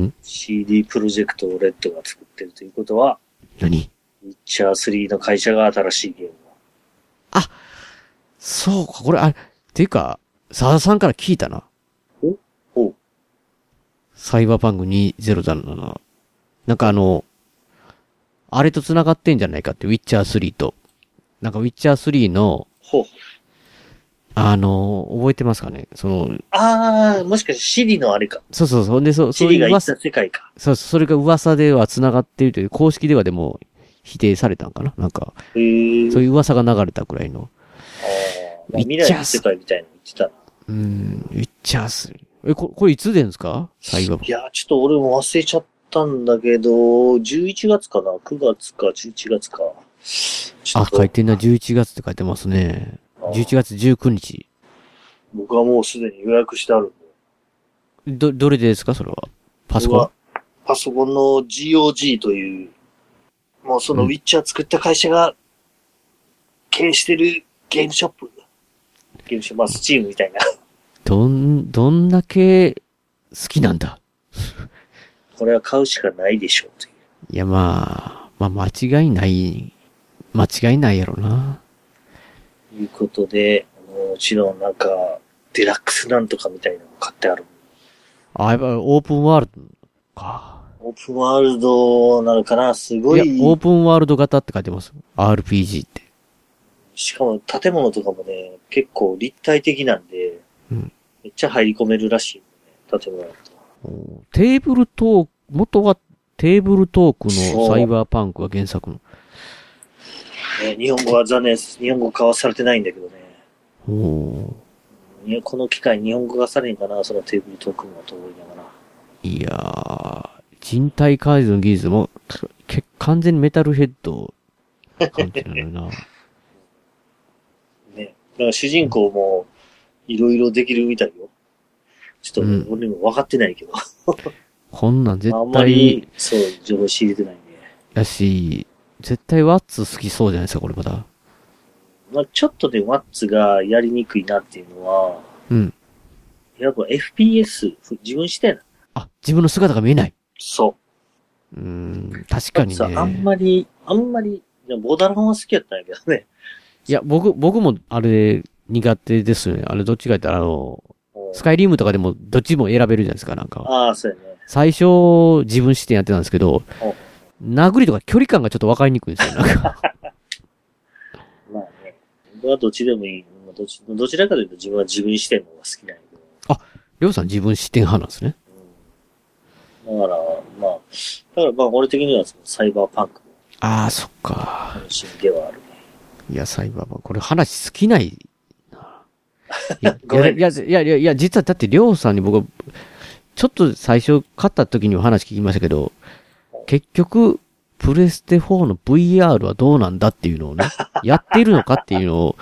[SPEAKER 2] ん
[SPEAKER 3] CD プロジェクトレッドが作ってるということは、
[SPEAKER 2] 何
[SPEAKER 3] ウィッチャー3の会社が新しいゲーム。
[SPEAKER 2] そうか、これ、あれ、ていうか、沢田さんから聞いたな。
[SPEAKER 3] おお
[SPEAKER 2] サイバーパンク2077。なんかあの、あれと繋がってんじゃないかって、ウィッチャー3と。なんかウィッチャー3の、
[SPEAKER 3] ほう。
[SPEAKER 2] あの、覚えてますかねその、
[SPEAKER 3] あー、もしかしてシリのあれか。
[SPEAKER 2] そうそうそう。で、そう、
[SPEAKER 3] シ
[SPEAKER 2] そう
[SPEAKER 3] リ
[SPEAKER 2] いう
[SPEAKER 3] が言っ
[SPEAKER 2] 噂
[SPEAKER 3] た、世界か。
[SPEAKER 2] そう、それが噂では繋がっているという、公式ではでも否定されたんかななんか、
[SPEAKER 3] へー。
[SPEAKER 2] そういう噂が流れたくらいの。
[SPEAKER 3] まあ未来の世界みたいなの言ってたな。
[SPEAKER 2] うーん、ウィッチャー3。え、ここれいつ出るんですかサイバーパン
[SPEAKER 3] いや、ちょっと俺も忘れちゃったんだけど、11月かな ?9 月か11月か。
[SPEAKER 2] あ、書いてんな。11月って書いてますね。11月19日。
[SPEAKER 3] 僕はもうすでに予約してある。
[SPEAKER 2] ど、どれでですかそれは。パソコ
[SPEAKER 3] う
[SPEAKER 2] ン
[SPEAKER 3] わパソコンの GOG という、もうそのウィッチャー作った会社が経営してるゲームショップ。ゲームショップ、まあスチームみたいな。
[SPEAKER 2] どん、どんだけ好きなんだ
[SPEAKER 3] これは買うしかないでしょうという。
[SPEAKER 2] いや、まあ、まあ、間違いない、間違いないやろな。
[SPEAKER 3] いうことで、もちろんなんか、デラックスなんとかみたいなの買ってある。
[SPEAKER 2] あ、やっぱオープンワールド。
[SPEAKER 3] オープンワールドなのかなすごい。
[SPEAKER 2] いや、オープンワールド型って書いてます。RPG って。
[SPEAKER 3] しかも建物とかもね、結構立体的なんで、
[SPEAKER 2] うん
[SPEAKER 3] めっちゃ入り込めるらしい、ね。建物だと。
[SPEAKER 2] テーブルトーク、元はテーブルトーク
[SPEAKER 3] そ
[SPEAKER 2] の
[SPEAKER 3] う
[SPEAKER 2] サイバーパンクが原作の。
[SPEAKER 3] ね日本語は残念です。日本語交わされてないんだけどね。
[SPEAKER 2] お
[SPEAKER 3] いやこの機会に日本語がされんかな、そのテーブルトークンはと思いながら。
[SPEAKER 2] ーいやー、人体改造の技術も、け完全にメタルヘッド感じなのよ な。
[SPEAKER 3] ね。だから主人公もいろいろできるみたいよ。ちょっと
[SPEAKER 2] うん
[SPEAKER 3] 俺も分かってないけど。
[SPEAKER 2] こんなん絶
[SPEAKER 3] あんま
[SPEAKER 2] 対
[SPEAKER 3] り、、そう、情報仕入れてないんで。
[SPEAKER 2] やし、絶対ワッツ好きそうじゃないですか、これまた。
[SPEAKER 3] まあちょっとね、ワッツがやりにくいなっていうのは、
[SPEAKER 2] うん。
[SPEAKER 3] やっぱ FPS、自分視点なんだ
[SPEAKER 2] 自分の姿が見えない。
[SPEAKER 3] そう
[SPEAKER 2] ーん、確かに
[SPEAKER 3] さあん
[SPEAKER 2] ね。
[SPEAKER 3] まり、あんまり、でもボーダーランは好きやったんやけどね。
[SPEAKER 2] いや、僕、僕もあれ苦手ですよね。あれどっちか言ったら、あの、スカイリームとかでもどっちも選べるじゃないですか、なんか。
[SPEAKER 3] ああ、そうやね。
[SPEAKER 2] 最初、自分視点やってたんですけど、殴りとか距離感がちょっと分かりにくいんですよ。なんか
[SPEAKER 3] まあね。僕はどっちでもいい。まあどっちどちらかというと自分は自分視点の方が好きなんやけど。
[SPEAKER 2] りょうさん自分視点派なんですね。
[SPEAKER 3] だから、まあ、だからまあ、俺的にはそのサイバーパンク
[SPEAKER 2] ああ、そっか。
[SPEAKER 3] の神経はある。
[SPEAKER 2] いや、サイバーバー、これ話尽きない な。い
[SPEAKER 3] ごめ
[SPEAKER 2] や、いや、いや、いや、いや、実はだって、りょうさんに僕は、ちょっと最初買った時にも話聞きましたけど、結局、プレステ4の VR はどうなんだっていうのをね、やっているのかっていうのを、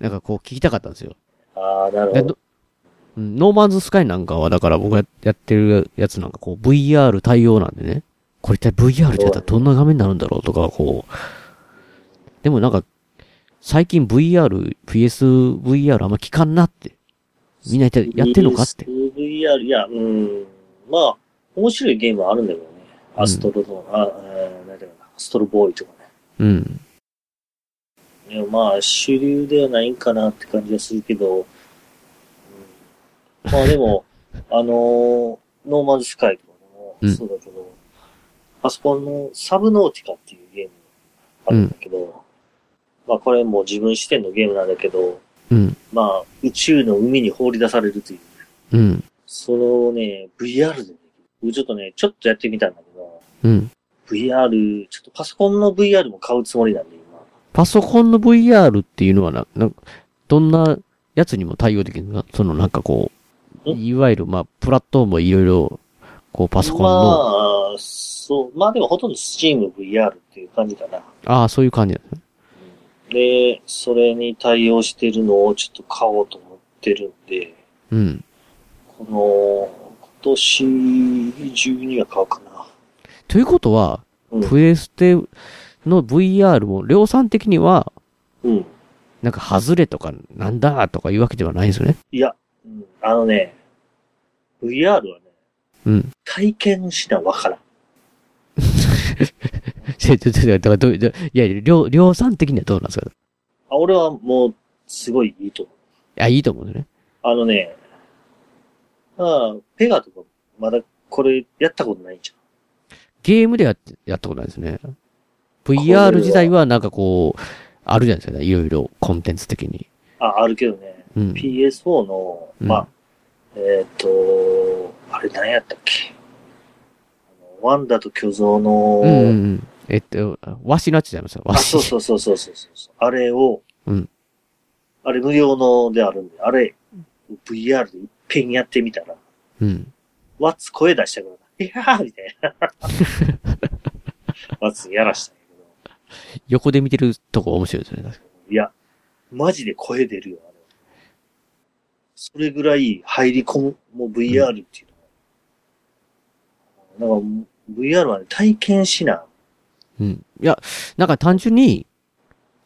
[SPEAKER 2] なんかこう聞きたかったんですよ。
[SPEAKER 3] ああ、なる
[SPEAKER 2] で
[SPEAKER 3] ほど。
[SPEAKER 2] どうんノーマンズスカイなんかは、だから僕がやってるやつなんかこう VR 対応なんでね、これ一体 VR ってやったらどんな画面になるんだろうとか、こう。でもなんか、最近 VR、PSVR あんま聞かんなって。みんな一体やってんのかって。
[SPEAKER 3] VR、いや、うん、まあ、面白いゲームはあるんだけどね。アストロド、あ、えー、なんていうのかな、アストロボーイとか
[SPEAKER 2] うん。
[SPEAKER 3] ね。いやまあ、主流ではないんかなって感じがするけど、うん、まあ でも、あのーノーマルスカイとかで
[SPEAKER 2] う
[SPEAKER 3] も
[SPEAKER 2] ん
[SPEAKER 3] そうだけど、パソコンのサブノーティカっていうゲームあるんだけど、まあこれもう自分視点のゲームなんだけど、
[SPEAKER 2] うん。
[SPEAKER 3] まあ、宇宙の海に放り出されるという、
[SPEAKER 2] うん。
[SPEAKER 3] それをね、VR でできる。僕ちょっとね、ちょっとやってみたんだけど、
[SPEAKER 2] うん。
[SPEAKER 3] VR、ちょっとパソコンの VR も買うつもりなんで、今。
[SPEAKER 2] パソコンの VR っていうのはな、なんか、どんなやつにも対応できるのかそのなんかこう、いわゆるまあ、プラットフォームいろいろ、こうパソコンの、
[SPEAKER 3] まあ、そう。まあでもほとんど SteamVR っていう感じかな。
[SPEAKER 2] ああ、そういう感じなんですね。
[SPEAKER 3] で、それに対応してるのをちょっと買おうと思ってるんで、
[SPEAKER 2] うん。
[SPEAKER 3] この、今年中には買うかな。
[SPEAKER 2] ということは、
[SPEAKER 3] うん
[SPEAKER 2] プレステの VR も量産的には、
[SPEAKER 3] うん
[SPEAKER 2] なんか外れとかなんだとかいうわけではないんですよね。
[SPEAKER 3] いや、うんあのね、VR はね、
[SPEAKER 2] うん。
[SPEAKER 3] 体験しなわからん。
[SPEAKER 2] せせせだからどうどういや、量量産的にはどうなんですか
[SPEAKER 3] あ俺はもう、すごいいいと思う。
[SPEAKER 2] あ、いいと思うんですね。
[SPEAKER 3] あのね、まあ、ペガとか、まだこれやったことないじ
[SPEAKER 2] ゲームではやったことないですね。VR 自体はなんかこう、あるじゃないですか。いろいろコンテンツ的に。
[SPEAKER 3] ゃん。あ、あるけどね、
[SPEAKER 2] うん
[SPEAKER 3] PS4 の、
[SPEAKER 2] うん
[SPEAKER 3] まあ、えっ、と、あれ何やったっけ。あのワンダと巨像の、
[SPEAKER 2] うんうんうん。えっと、わしになっちゃいました。わ
[SPEAKER 3] あ、
[SPEAKER 2] し。
[SPEAKER 3] そうそうそうそうそうそう。あれを、
[SPEAKER 2] うん
[SPEAKER 3] あれ無料のであるんで、あれ、VR でいっぺんやってみたら、
[SPEAKER 2] うん。
[SPEAKER 3] ワッツ声出したから、いやーみたい な。ワッツやらした。
[SPEAKER 2] 横で見てるとこ面白いですね。確か
[SPEAKER 3] いや、マジで声出るよ、あれ。それぐらい入り込む、もう VR っていうのは。なんか、VR はね、体験しな。
[SPEAKER 2] にうん。いや、なんか単純に、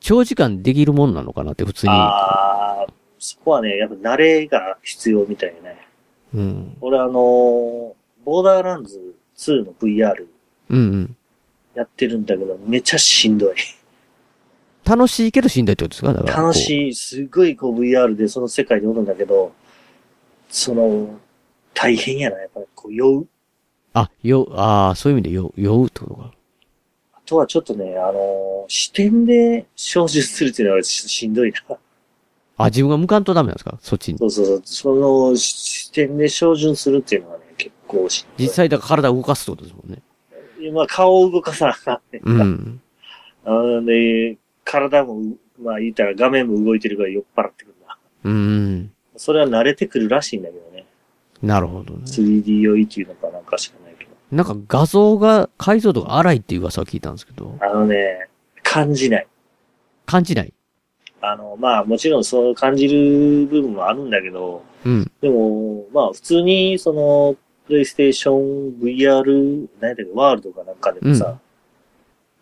[SPEAKER 2] 長時間できるもんなのかなって普通に。
[SPEAKER 3] ああ、そこはね、やっぱ慣れが必要みたいね。
[SPEAKER 2] うん。
[SPEAKER 3] 俺あのーボーダーランズ2の VR
[SPEAKER 2] うんうん。
[SPEAKER 3] やってるんだけど、めちゃしんどい。
[SPEAKER 2] 楽しいけどしんどいってことですかだから。
[SPEAKER 3] 楽しい、すごいこう VR でその世界におるんだけど、その、大変やな、やっぱりこう酔う。
[SPEAKER 2] あ、よ、ああ、そういう意味で酔う、酔うってことか。
[SPEAKER 3] あとはちょっとね、あのー視点で照準するっていうのはししんどいな。
[SPEAKER 2] あ、自分が向かんとダメなんですかそっちに
[SPEAKER 3] そ。うそうそう。そのし視点で照準するっていうのはね、結構し
[SPEAKER 2] 実際だから体を動かすってことですもんね。
[SPEAKER 3] まあ顔を動かさなあかんね。
[SPEAKER 2] うん。
[SPEAKER 3] あのね、体もう、まあ言ったら画面も動いてるから酔っ払ってくるな。
[SPEAKER 2] うん。
[SPEAKER 3] それは慣れてくるらしいんだけどね。
[SPEAKER 2] なるほどね。
[SPEAKER 3] 3D 酔いっていうのかなんかしかないけど。
[SPEAKER 2] なんか画像が、解像度が荒いっていう噂を聞いたんですけど、
[SPEAKER 3] あのね、感じない。
[SPEAKER 2] 感じない。
[SPEAKER 3] あの、まあもちろんそう感じる部分もあるんだけど、
[SPEAKER 2] うん。
[SPEAKER 3] でも、まあ、普通に、その、プレイステーション VR、何やったっけ、ワールドかなんかでもさ、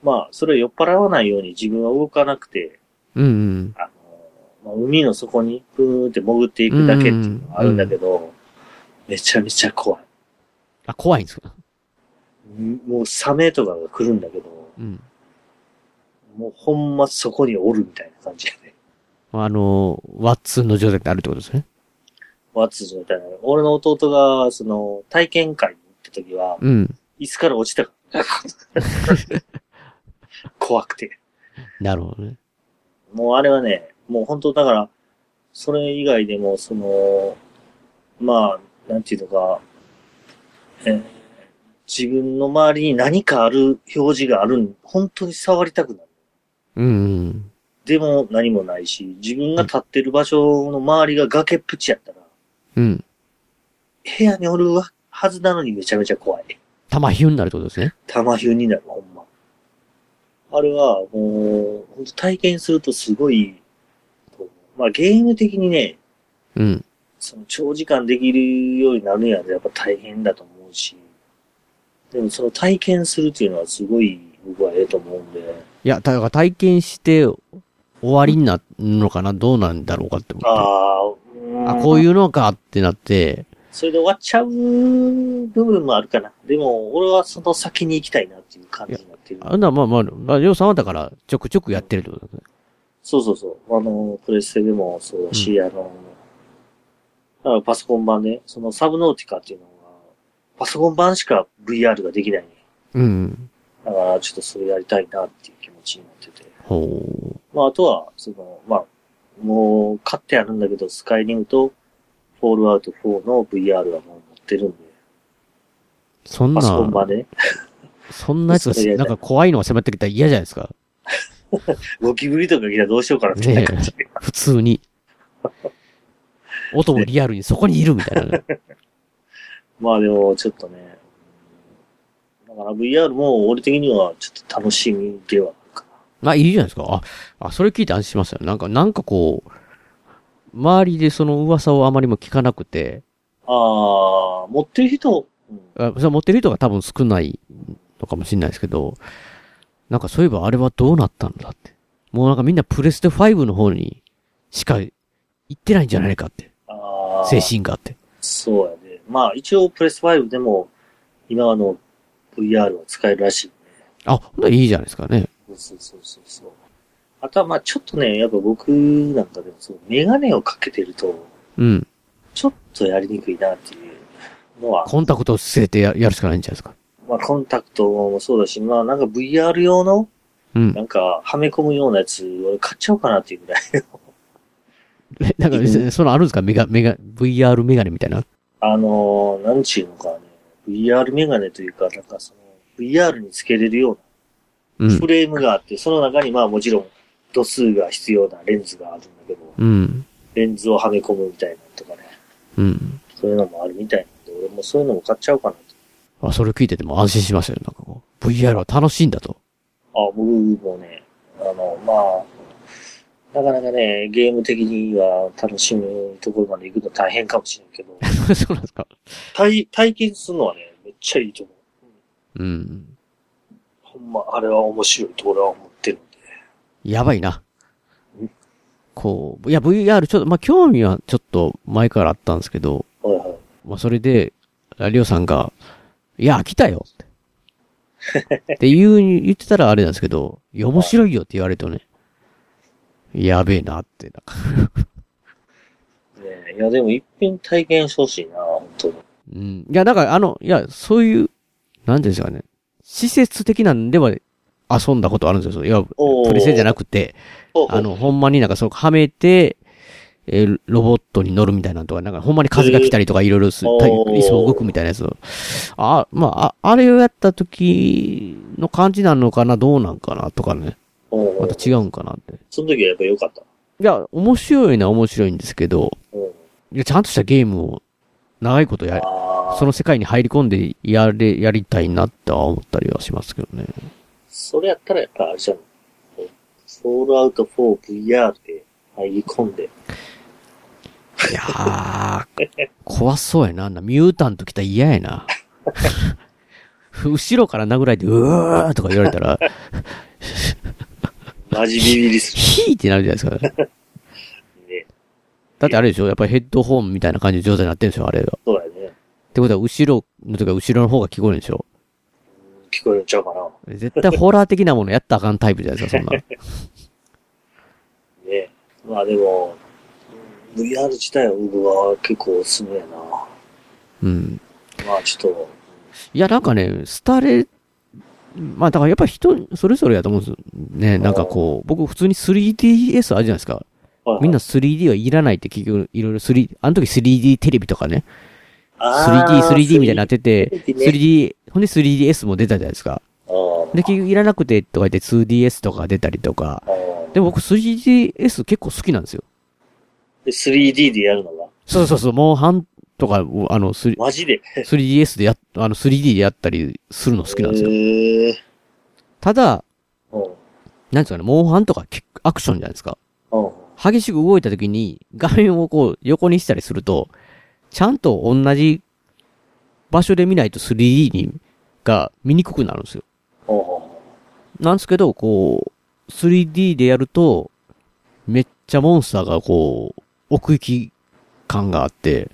[SPEAKER 3] まあ、それを酔っ払わないように自分は動かなくて、
[SPEAKER 2] うんうん。
[SPEAKER 3] まあ、海の底に、プーンって潜っていくだけっていうのがあるんだけど、めちゃめちゃ怖い。
[SPEAKER 2] あ、怖いんですか
[SPEAKER 3] んもう、サメとかが来るんだけど、
[SPEAKER 2] うん。
[SPEAKER 3] もう、ほんまそこにおるみたいな感じやね。
[SPEAKER 2] あの、ワッツンの状態ってあるってことですね。
[SPEAKER 3] ワッツみたいな。俺の弟が、その、体験会に行った時は、
[SPEAKER 2] うん。
[SPEAKER 3] 椅子から落ちたから。怖くて。
[SPEAKER 2] なるほどね。
[SPEAKER 3] もうあれはね、もう本当だから、それ以外でも、その、まあ、なんていうのか、えー自分の周りに何かある表示があるん、本当に触りたくなる。
[SPEAKER 2] うん。
[SPEAKER 3] でも何もないし、自分が立ってる場所の周りが崖っぷちやったら、
[SPEAKER 2] うん。
[SPEAKER 3] 部屋におるはずなのにめちゃめちゃ怖い。
[SPEAKER 2] 玉ひゅんになるってことですね。
[SPEAKER 3] 玉ヒュになる、ほんま。あれは、もう、ほんと体験するとすごい、まあゲーム的にね、
[SPEAKER 2] うん。
[SPEAKER 3] その長時間できるようになるにはやっぱ大変だと思うし、でもその体験するっていうのはすごい僕はええと思うんで、
[SPEAKER 2] いや、だから体験して終わりになるのかな、どうなんだろうかって思って。
[SPEAKER 3] ああ、うん
[SPEAKER 2] あ、こういうのかってなって、
[SPEAKER 3] それで終わっちゃう部分もあるかな。でも、俺はその先に行きたいなっていう感じになってる。
[SPEAKER 2] あんなまあまあ、まあ、りょうさんはだから、ちょくちょくやってるってことですね。
[SPEAKER 3] そうそうそう。あの、プレステでもそうだし、あの、だからパソコン版ね、そのサブノーティカっていうのが、パソコン版しか VR ができないね。
[SPEAKER 2] うん。
[SPEAKER 3] だから、ちょっとそれやりたいなっていう気持ちになってて。
[SPEAKER 2] ほ
[SPEAKER 3] まあ、あとは、その、まあ、もう、買ってあるんだけど、スカイリムと、フォールアウト4の VR はもう持ってるんで、
[SPEAKER 2] う。そん
[SPEAKER 3] パソコン
[SPEAKER 2] な、
[SPEAKER 3] 版ね。
[SPEAKER 2] そんなやつが
[SPEAKER 3] それ
[SPEAKER 2] し、
[SPEAKER 3] 嫌だ
[SPEAKER 2] なんか怖いのが迫ってきたら嫌じゃないですか。
[SPEAKER 3] ゴキブリとか来たらどうしようかなみたい
[SPEAKER 2] ね
[SPEAKER 3] な感じ。
[SPEAKER 2] え、普通に。音もリアルにそこにいるみたいな。
[SPEAKER 3] まあでも、ちょっとね、だから VR も俺的にはちょっと楽しみでは。
[SPEAKER 2] まあ、いいじゃないですか。あ、あ、それ聞いて安心しましたよ。なんか、なんかこう、周りでその噂をあまりも聞かなくて、
[SPEAKER 3] ああ、持ってる人、
[SPEAKER 2] あそれ持ってる人が多分少ないのかもしれないですけど、なんかそういえばあれはどうなったんだって。もうなんかみんなプレステ5の方にしか行ってないんじゃないかって。
[SPEAKER 3] あ
[SPEAKER 2] 精神があって。
[SPEAKER 3] そうやね。まあ一応プレス5でも今あの VR は使えるらしい。
[SPEAKER 2] あ、ほんといいじゃないですかね。
[SPEAKER 3] そうそうそうそうそう。あとはまあちょっとね、やっぱ僕なんかでもそう、メガネをかけてると、
[SPEAKER 2] うん。
[SPEAKER 3] ちょっとやりにくいなっていうのは、
[SPEAKER 2] コンタクトを据えてややるしかないんじゃないですか。
[SPEAKER 3] まあコンタクトもそうだし、まあなんか VR 用の、
[SPEAKER 2] うん
[SPEAKER 3] なんかはめ込むようなやつ、俺買っちゃおうかなっていうぐらい。
[SPEAKER 2] えなんか、そのあるんですかメガ、メガ、VR メガネみたいな。
[SPEAKER 3] あのー、なんちゅうのかね、VR メガネというか、なんかその、VR につけれるよ
[SPEAKER 2] う
[SPEAKER 3] うなフ
[SPEAKER 2] ん。
[SPEAKER 3] レームがあって、その中にまあもちろん度数が必要なレンズがあるんだけど、
[SPEAKER 2] うん。
[SPEAKER 3] レンズをはめ込むみたいなのとかね、
[SPEAKER 2] うん。
[SPEAKER 3] そういうのもあるみたいなんで、俺もそういうのも買っちゃおうかなと。
[SPEAKER 2] あ、それ聞いてても安心しましたよ。なんかこう、VR は楽しいんだと。
[SPEAKER 3] あ、僕もね、あの、まあ、なかなかね、ゲーム的には楽しむところまで行くの大変かもしれんけ ど、
[SPEAKER 2] そうなんですか。
[SPEAKER 3] 体、体験するのはね、めっちゃいいと思
[SPEAKER 2] う
[SPEAKER 3] う。
[SPEAKER 2] ん。
[SPEAKER 3] ほんま、あれは面白いと俺は思ってる。
[SPEAKER 2] やばいな
[SPEAKER 3] うん。
[SPEAKER 2] こう、いや、VR ちょっと、まあ、興味はちょっと前からあったんですけど、
[SPEAKER 3] はいはい。
[SPEAKER 2] まあ、それで、ありょうさんが、いや、飽きたよって。って言う、言ってたらあれなんですけど、いや、面白いよって言われるとね、やべえなって、なんか
[SPEAKER 3] ねいや、でも一遍体験してほしいな、本当に。
[SPEAKER 2] うん。いや、だから、あの、いや、そういう、なんていうんですかね、施設的なんでは遊んだことあるんですよ。いや、
[SPEAKER 3] おー
[SPEAKER 2] プレセじゃなくて、あの、ほんまになんかそう、はめて、えーロボットに乗るみたいなのとか、なんかほんまに風が来たりとかいろいろする、
[SPEAKER 3] おー
[SPEAKER 2] た椅子も動くみたいなやつを。あ、まあ、ああれをやった時の感じなのかな、どうなんかなとかね。
[SPEAKER 3] おー
[SPEAKER 2] また違うんかなって。
[SPEAKER 3] その時はやっぱ良かった。
[SPEAKER 2] いや、面白いのは面白いんですけど、
[SPEAKER 3] うん。
[SPEAKER 2] いや、ちゃんとしたゲームを長いことや、
[SPEAKER 3] あー
[SPEAKER 2] その世界に入り込んでやれ、やりたいなって思ったりはしますけどね。
[SPEAKER 3] それやったらやっぱあれじゃん。ソールアウト 4VR で入り込んで。
[SPEAKER 2] いやー、怖そうやな。あんなミュータント来たら嫌やな。後ろから殴られて、うわーとか言われたら、
[SPEAKER 3] マジビビりす
[SPEAKER 2] ヒーってなるじゃないですか、ね。
[SPEAKER 3] ね。
[SPEAKER 2] だってあれでしょやっぱりヘッドホンみたいな感じの状態になってるんでしょあれが。
[SPEAKER 3] そうやね。
[SPEAKER 2] ってことは、後ろの時は後ろの方が聞こえるんでしょ
[SPEAKER 3] 聞こえるんちゃうかな。
[SPEAKER 2] 絶対ホラー的なものやったらあかんタイプじゃないですか、そんな。
[SPEAKER 3] ね。まあでも、うん VR 自体は僕は結構おすすめやな。
[SPEAKER 2] うん。
[SPEAKER 3] まあちょっと、
[SPEAKER 2] いや、なんかね、廃れ、まあだからやっぱ人、それぞれやと思うんですよ。ね、なんかこう、僕普通に 3DS あるじゃないですか。みんな 3D はいらないって結局、いろいろ 3D、あの時 3D テレビとかね。
[SPEAKER 3] あ
[SPEAKER 2] 3D、
[SPEAKER 3] ー
[SPEAKER 2] 3D みたいになってて、
[SPEAKER 3] 3D ね
[SPEAKER 2] 3D、ほんで 3DS も出たじゃないですか。で、結局いらなくてとか言って 2DS とか出たりとか。で、僕 3DS 結構好きなんですよ。
[SPEAKER 3] で 3D でやるのが。
[SPEAKER 2] そうそうそう、もう半とか、あの、スリ
[SPEAKER 3] マジで
[SPEAKER 2] 3DS でやっ、あの 3D でやったりするの好きなんですよ。
[SPEAKER 3] へえ。
[SPEAKER 2] ただ、
[SPEAKER 3] うん。
[SPEAKER 2] なんですかね、モンハンとか結構アクションじゃないですか。
[SPEAKER 3] うん。
[SPEAKER 2] 激しく動いた時に画面をこう横にしたりすると、ちゃんと同じ場所で見ないと 3D にが見にくくなるんですよ。なんですけど、こう、3D でやると、めっちゃモンスターがこう、奥行き感があって、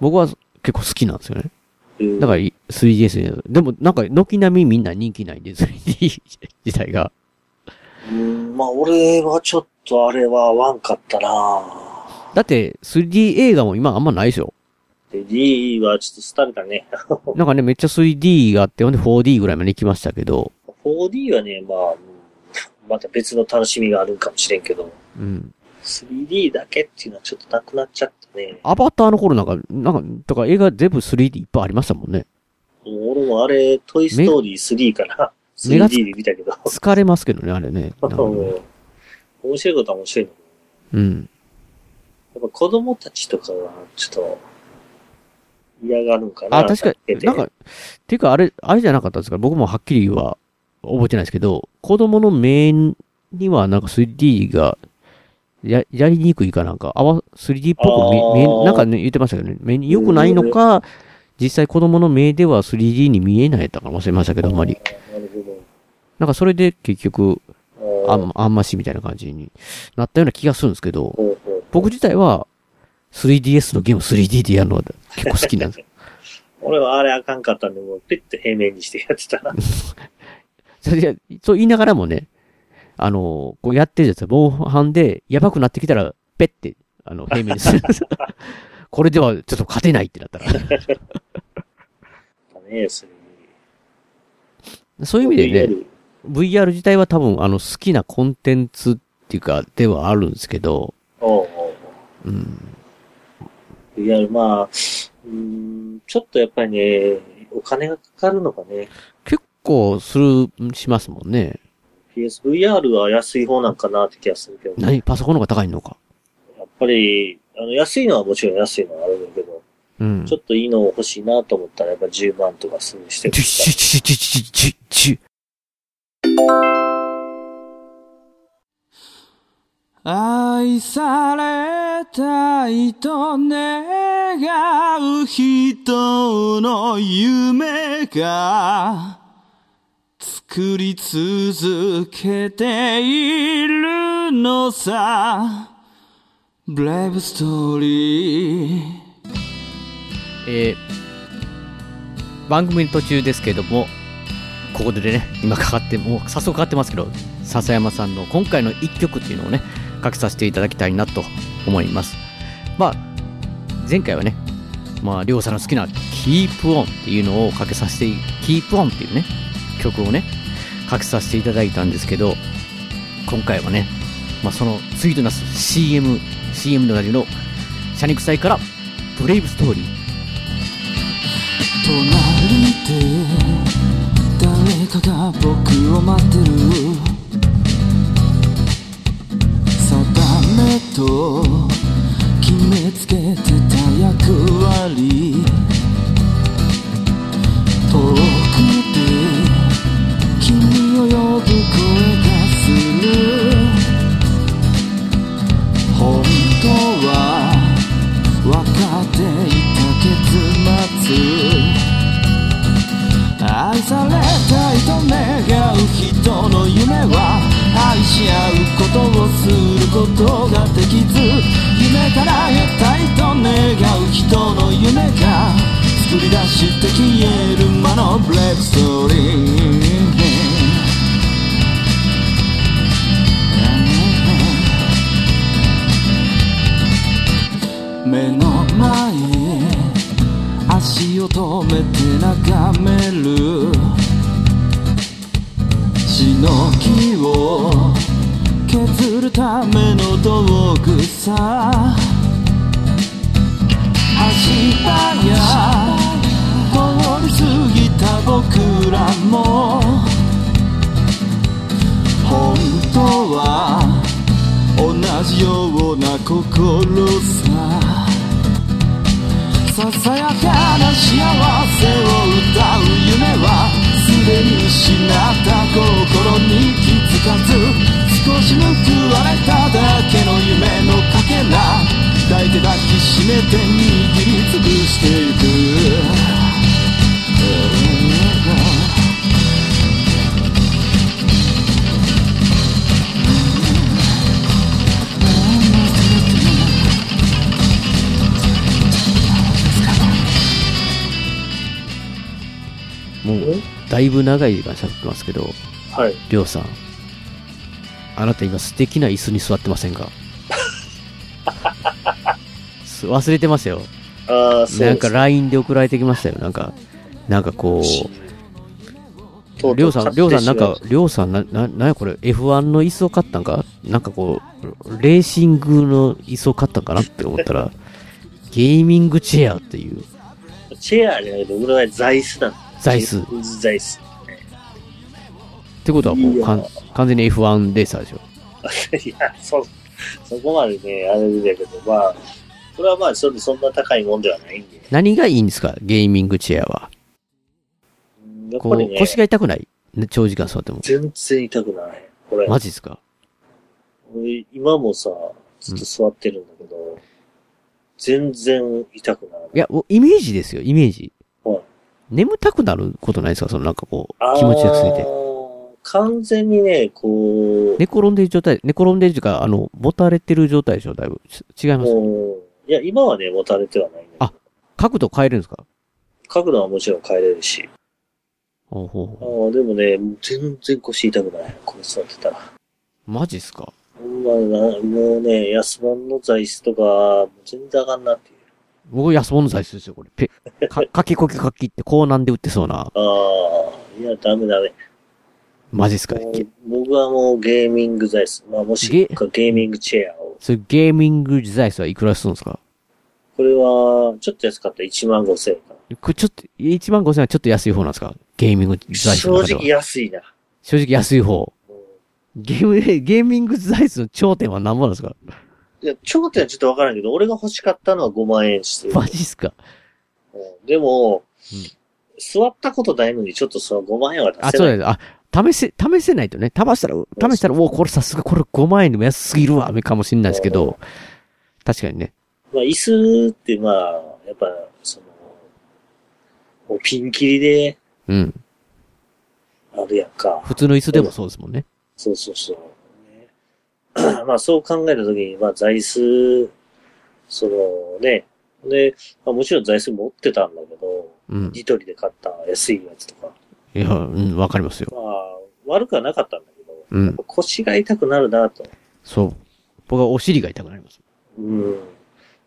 [SPEAKER 2] 僕は結構好きなんですよね。だからい 3DS に、でもなんか軒並みみんな人気ないんで、3D 自体が。
[SPEAKER 3] うん、まあ俺はちょっとあれは合わんかったな
[SPEAKER 2] だって、3D 映画も今あんまないでしょ。
[SPEAKER 3] で D はちょっと廃れたね。
[SPEAKER 2] なんかね、めっちゃ 3D があって、ほんで 4D ぐらいまで行きましたけど、
[SPEAKER 3] 4D はね、まあ、うんまた別の楽しみがあるんかもしれんけど、
[SPEAKER 2] うん。
[SPEAKER 3] 3D だけっていうのはちょっとなくなっちゃったね。
[SPEAKER 2] アバターの頃なんか、なんか、とか映画全部 3D いっぱいありましたもんね。
[SPEAKER 3] もう俺もあれ、トイストーリー3かな。
[SPEAKER 2] 目がつ
[SPEAKER 3] 3D で見たけど。
[SPEAKER 2] 疲れますけどね、あれね。
[SPEAKER 3] 面白いことは面白いの。
[SPEAKER 2] うん。
[SPEAKER 3] やっぱ子供たちとかは、ちょっと、嫌がるんかな。
[SPEAKER 2] あ、確か
[SPEAKER 3] に
[SPEAKER 2] に、なんか、っていうかあれ、あれじゃなかったですか僕もはっきりは覚えてないですけど、子供の目にはなんか 3D が、や、やりにくいかなんか、あわ、3D っぽく見
[SPEAKER 3] あー
[SPEAKER 2] 見え、なんかね、言ってましたけどね、目に良くないのか、実際子供の目では 3D に見えないとかも忘れましたけど、あんまり。
[SPEAKER 3] なるほ
[SPEAKER 2] なんかそれで結局、あん、あんましみたいな感じになったような気がするんですけど、僕自体は 3DS のゲーム 3D でやるのは結構好きなんです。
[SPEAKER 3] ど。俺はあれあかんかったんで、もうピッと平面にしてやっ てたな。
[SPEAKER 2] それでそう言いながらもね、あの、こうやってるやつ、防犯で、やばくなってきたら、ペッて、あの、平面にする。これではちょっと勝てないってなったら。
[SPEAKER 3] だね、それ
[SPEAKER 2] そういう意味でね、VR 自体は多分、あの、好きなコンテンツっていうか、ではあるんですけど、
[SPEAKER 3] おうお
[SPEAKER 2] う
[SPEAKER 3] う
[SPEAKER 2] ん。
[SPEAKER 3] おういや、まあ、うーん、ちょっとやっぱりね、お金がかかるのがね、
[SPEAKER 2] こう、する、しますもんね。
[SPEAKER 3] PSVR は安い方なんかなって気がするけど、やっ
[SPEAKER 2] 何パソコンの方が高いのか。
[SPEAKER 3] ぱり、あの、安いのはもちろん安いのはあるんだけど、
[SPEAKER 2] うん。
[SPEAKER 3] ちょっといいの欲しいなと思ったら、やっぱ10万とかするしてる。
[SPEAKER 2] ちちちちちちち
[SPEAKER 1] 愛されたいと願う人の夢が作り続けているのさ。ブレイブストーリー。
[SPEAKER 2] えー番組の途中ですけども、ここでね、今かかって、もう早速かかってますけど、笹山さんの今回の一曲っていうのをね、かけさせていただきたいなと思います。まあ、前回はね、まあ、りょうさんの好きな Keep On っていうのをかけさせて、Keep On っていうね、曲をね、かけさせていただいたんですけど、今回はね、まあ、その次となす CM、CM のラジオの、シャニクサイから、ブレイブストーリー、
[SPEAKER 1] 隣で誰かが僕を待ってる定めと決めつけてた役割遠くで君を呼ぶ声がする本当は分かっていた結末愛されたいと願う人の夢は愛し合うことをすることができず夢から得たいと願う人の夢が作り出して消える魔のブレイブストーリー目の前足を止めて眺めるしの木を蹴削るための道具さ足場や通り過ぎた僕らも本当は同じような心さささやかな幸せを歌う夢はすでに失った心に気づかず少し報われただけの夢のかけら抱いて抱きしめて握りつぶしていく、
[SPEAKER 2] もう、だいぶ長い時間喋ってますけど、
[SPEAKER 3] はい。
[SPEAKER 2] りょうさん。あなた今素敵な椅子に座ってませんか す忘れてましたよ。
[SPEAKER 3] ああ、そうです
[SPEAKER 2] なんか LINE で送られてきましたよ。なんか、なんかこう、
[SPEAKER 3] とう
[SPEAKER 2] り
[SPEAKER 3] と
[SPEAKER 2] ょ
[SPEAKER 3] う
[SPEAKER 2] うさん、
[SPEAKER 3] 買って
[SPEAKER 2] りょうさん、なん
[SPEAKER 3] しま
[SPEAKER 2] か
[SPEAKER 3] っ、
[SPEAKER 2] りょうさん、な、な、なんやこれ、F1 の椅子を買ったんかなんかこう、レーシングの椅子を買ったんかなって思った ら、ゲーミングチェアっていう、
[SPEAKER 3] たチェアじゃなくて、俺は座椅子だ。
[SPEAKER 2] 座椅子。
[SPEAKER 3] 座椅子。
[SPEAKER 2] ってことはも
[SPEAKER 3] いうや
[SPEAKER 2] かん完全に F1 レーサーでしょ。
[SPEAKER 3] いや、そ、そこまでね、あれだけど、まあ、これはまあ、そそんな高いもんではないんで。
[SPEAKER 2] 何がいいんですかゲーミングチェアは。
[SPEAKER 3] やっ
[SPEAKER 2] こ
[SPEAKER 3] ぱり
[SPEAKER 2] う、
[SPEAKER 3] ね、
[SPEAKER 2] 腰が痛くないね長時間座っても。
[SPEAKER 3] 全然痛くない。これ。
[SPEAKER 2] マジですか
[SPEAKER 3] 俺今もさ、ずっと座ってるんだけど、全然痛くない。
[SPEAKER 2] いや、おイメージですよ、イメージ
[SPEAKER 3] はい。
[SPEAKER 2] 眠たくなることないですかそのなんかこ
[SPEAKER 3] あー
[SPEAKER 2] う、気持ちよくすぎて。
[SPEAKER 3] 完全にね、こう、
[SPEAKER 2] 寝転んでる状態、寝転んでるというか、あの、もたれてる状態でしょだいぶ。ち違います。
[SPEAKER 3] もう、いや、今はね、持たれてはないんだけど。
[SPEAKER 2] 角度変えれるんですか
[SPEAKER 3] 角度はもちろん変えれるし。
[SPEAKER 2] ほうほうほ
[SPEAKER 3] ああ、でもね、もう全然腰痛くない。これ座ってたら。
[SPEAKER 2] うマジっすか
[SPEAKER 3] ほんまな、もうね、安物の座椅子とか、もう全然あかんなっていう。
[SPEAKER 2] 僕安物材質ですよ、これ。ペ、 か、かきこきかきって、こうなんで打ってそうな。
[SPEAKER 3] ああ、いや、ダメダメ。
[SPEAKER 2] マジっすか
[SPEAKER 3] もう僕はもうゲーミング座椅子。まあ、もしかゲーミングチェアを。
[SPEAKER 2] それゲーミング材質はいくらするんですか
[SPEAKER 3] これは、ちょっと安かった。1万5千円か
[SPEAKER 2] これちょっと、1万5000円はちょっと安い方なんですかゲーミング材
[SPEAKER 3] な。
[SPEAKER 2] 質の
[SPEAKER 3] 正
[SPEAKER 2] 中では
[SPEAKER 3] 直安いな。
[SPEAKER 2] 正直安い方。ゲーム、ゲーミング材質の頂点は何万なんですか
[SPEAKER 3] いや、頂点はちょっとわからんけど、俺が欲しかったのは5万円してる。
[SPEAKER 2] マジっすか
[SPEAKER 3] うんでも、座ったことないのに、ちょっとその5万円は出せない。
[SPEAKER 2] あ、そうだよ。あ、試せ、試せないとね。試したら、試したら、おうこれさすがこれ5万円でも安すぎるわ、かもしれないですけど。確かにね。
[SPEAKER 3] まあ、椅子ってまあ、やっぱ、その、もうピンキリで
[SPEAKER 2] うん。
[SPEAKER 3] あるやんか。
[SPEAKER 2] 普通の椅子でもそうですもんね。
[SPEAKER 3] そうそうそう。ね まあ、そう考えたときに、まあ、座椅子、そのね、で、まあ、もちろん座椅子持ってたんだけど、
[SPEAKER 2] うん。
[SPEAKER 3] ニトリで買った安いやつとか、
[SPEAKER 2] いや、うん、わかりますよ。
[SPEAKER 3] まあ、悪くはなかったんだけど、
[SPEAKER 2] うん。
[SPEAKER 3] 腰が痛くなるなと。
[SPEAKER 2] そう。僕はお尻が痛くなります。
[SPEAKER 3] うん。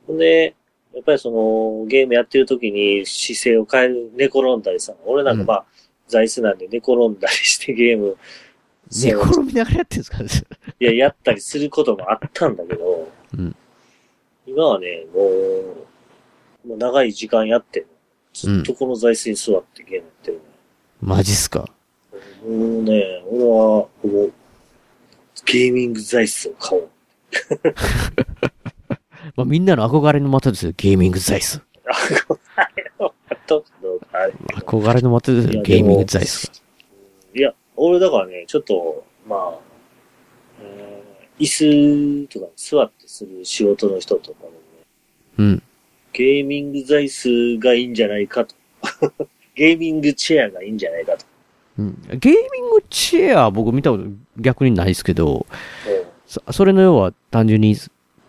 [SPEAKER 3] ほんで、やっぱりその、ゲームやってる時に姿勢を変える、寝転んだりさ、俺なんかまあ、座椅子なんで寝転んだりしてゲーム、
[SPEAKER 2] 寝転びながらやってるんですか
[SPEAKER 3] いや、やったりすることもあったんだけど、
[SPEAKER 2] うん
[SPEAKER 3] 今はね、もう、もう長い時間やってる、
[SPEAKER 2] う
[SPEAKER 3] ず
[SPEAKER 2] ん
[SPEAKER 3] っ。とこの座椅子に座ってゲームやってる。
[SPEAKER 2] マジっすか
[SPEAKER 3] もうね、俺は、もう、ゲーミング座椅子を買おう。
[SPEAKER 2] まあ、みんなの憧れの的ですよ。ゲーミング材質。
[SPEAKER 3] どうかあれ
[SPEAKER 2] 憧れの的ですよ。ゲーミング材質。
[SPEAKER 3] いや、俺だからね、ちょっと、まあ、えー椅子とかに座ってする仕事の人とかもね、
[SPEAKER 2] うん。
[SPEAKER 3] ゲーミング座椅子がいいんじゃないかと。 ゲーミングチェアがいいんじゃないかと。
[SPEAKER 2] うん。ゲーミングチェアは僕見たこと逆にないですけど、そそれの要は単純に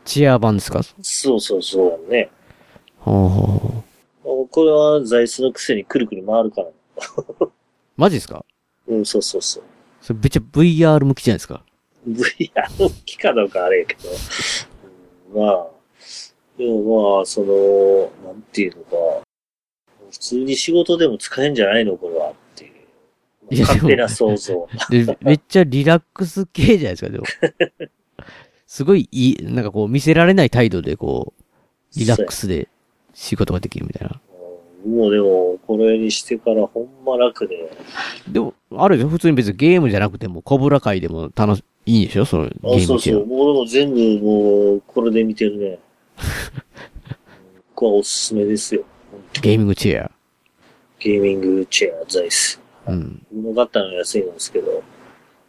[SPEAKER 2] チェア版ですか
[SPEAKER 3] そうそうそうだね。
[SPEAKER 2] ほうほうほう
[SPEAKER 3] これは座椅子のくせにくるくる回るから。
[SPEAKER 2] マジですか
[SPEAKER 3] うん、そうそうそう。
[SPEAKER 2] それめっちゃ VR 向きじゃないですか
[SPEAKER 3] VR 向きかどうかあれやけど。うんまあ、でもまあ、その、なんていうのか、普通に仕事でも使えんじゃないのこれはっていう。
[SPEAKER 2] いやでも
[SPEAKER 3] 勝手な 想像。
[SPEAKER 2] で、めっちゃリラックス系じゃないですか、でも。 すごいいい、なんかこう、見せられない態度でこう、リラックスで仕事ができるみたいな。
[SPEAKER 3] もうでも、これにしてからほんま楽で。
[SPEAKER 2] でも、あるでしょ普通に別にゲームじゃなくても、コブラ界でも楽し、いいでしょそのゲ
[SPEAKER 3] あ
[SPEAKER 2] ーム
[SPEAKER 3] そう
[SPEAKER 2] 中
[SPEAKER 3] そう。もうでも全部もう、これで見てるね。 僕はおすすめですよ。
[SPEAKER 2] ゲーミングチェア。
[SPEAKER 3] ゲーミングチェア、ザイス。
[SPEAKER 2] うん。
[SPEAKER 3] 物買ったの安いんですけど、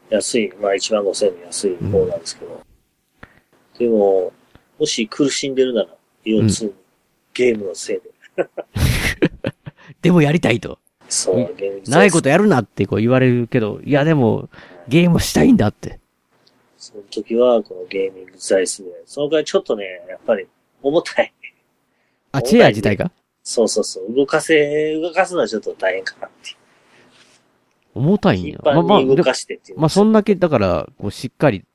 [SPEAKER 3] 安い、まあ1万5千円の安い方なんですけど。でも、もし苦しんでるなら、要するに、ゲームのせいで。
[SPEAKER 2] でもやりたいと。
[SPEAKER 3] そう、ゲーム
[SPEAKER 2] 長いことやるなってこう言われるけど、いやでも、ゲームしたいんだって。
[SPEAKER 3] その時は、このゲーミング材質で。その代わりちょっとね、やっぱり、重たい。
[SPEAKER 2] あ、チェア自体が
[SPEAKER 3] そうそうそう。動かせ、動かすのはちょっと大変かなっていう。
[SPEAKER 2] 重たいんや。
[SPEAKER 3] 一般に
[SPEAKER 2] まあまあ、
[SPEAKER 3] 動かしてっていう
[SPEAKER 2] まあそんだけ、だから、こう、しっかり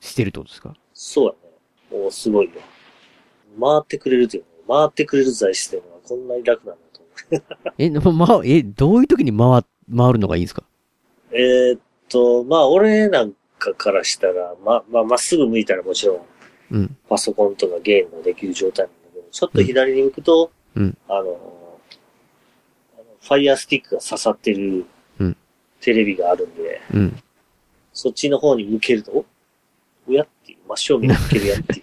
[SPEAKER 2] してるってことですか
[SPEAKER 3] そうやね。もうすごいよ。回ってくれるというの回ってくれる材質でもこんなに楽なんだと。
[SPEAKER 2] え、ま、ま、え、どういう時に回、回るのがいいんですか
[SPEAKER 3] えーっと、まあ俺なんかからしたら、ま、まあまっすぐ向いたらもちろん、
[SPEAKER 2] うん。
[SPEAKER 3] パソコンとかゲームもできる状態なんだけど、ちょっと左に向くと、
[SPEAKER 2] うん。
[SPEAKER 3] あの、あのファイヤースティックが刺さってる
[SPEAKER 2] うん
[SPEAKER 3] テレビがあるんで、
[SPEAKER 2] うん。
[SPEAKER 3] そっちの方に向けると、おおやっていう、真正面に向ける やっていう。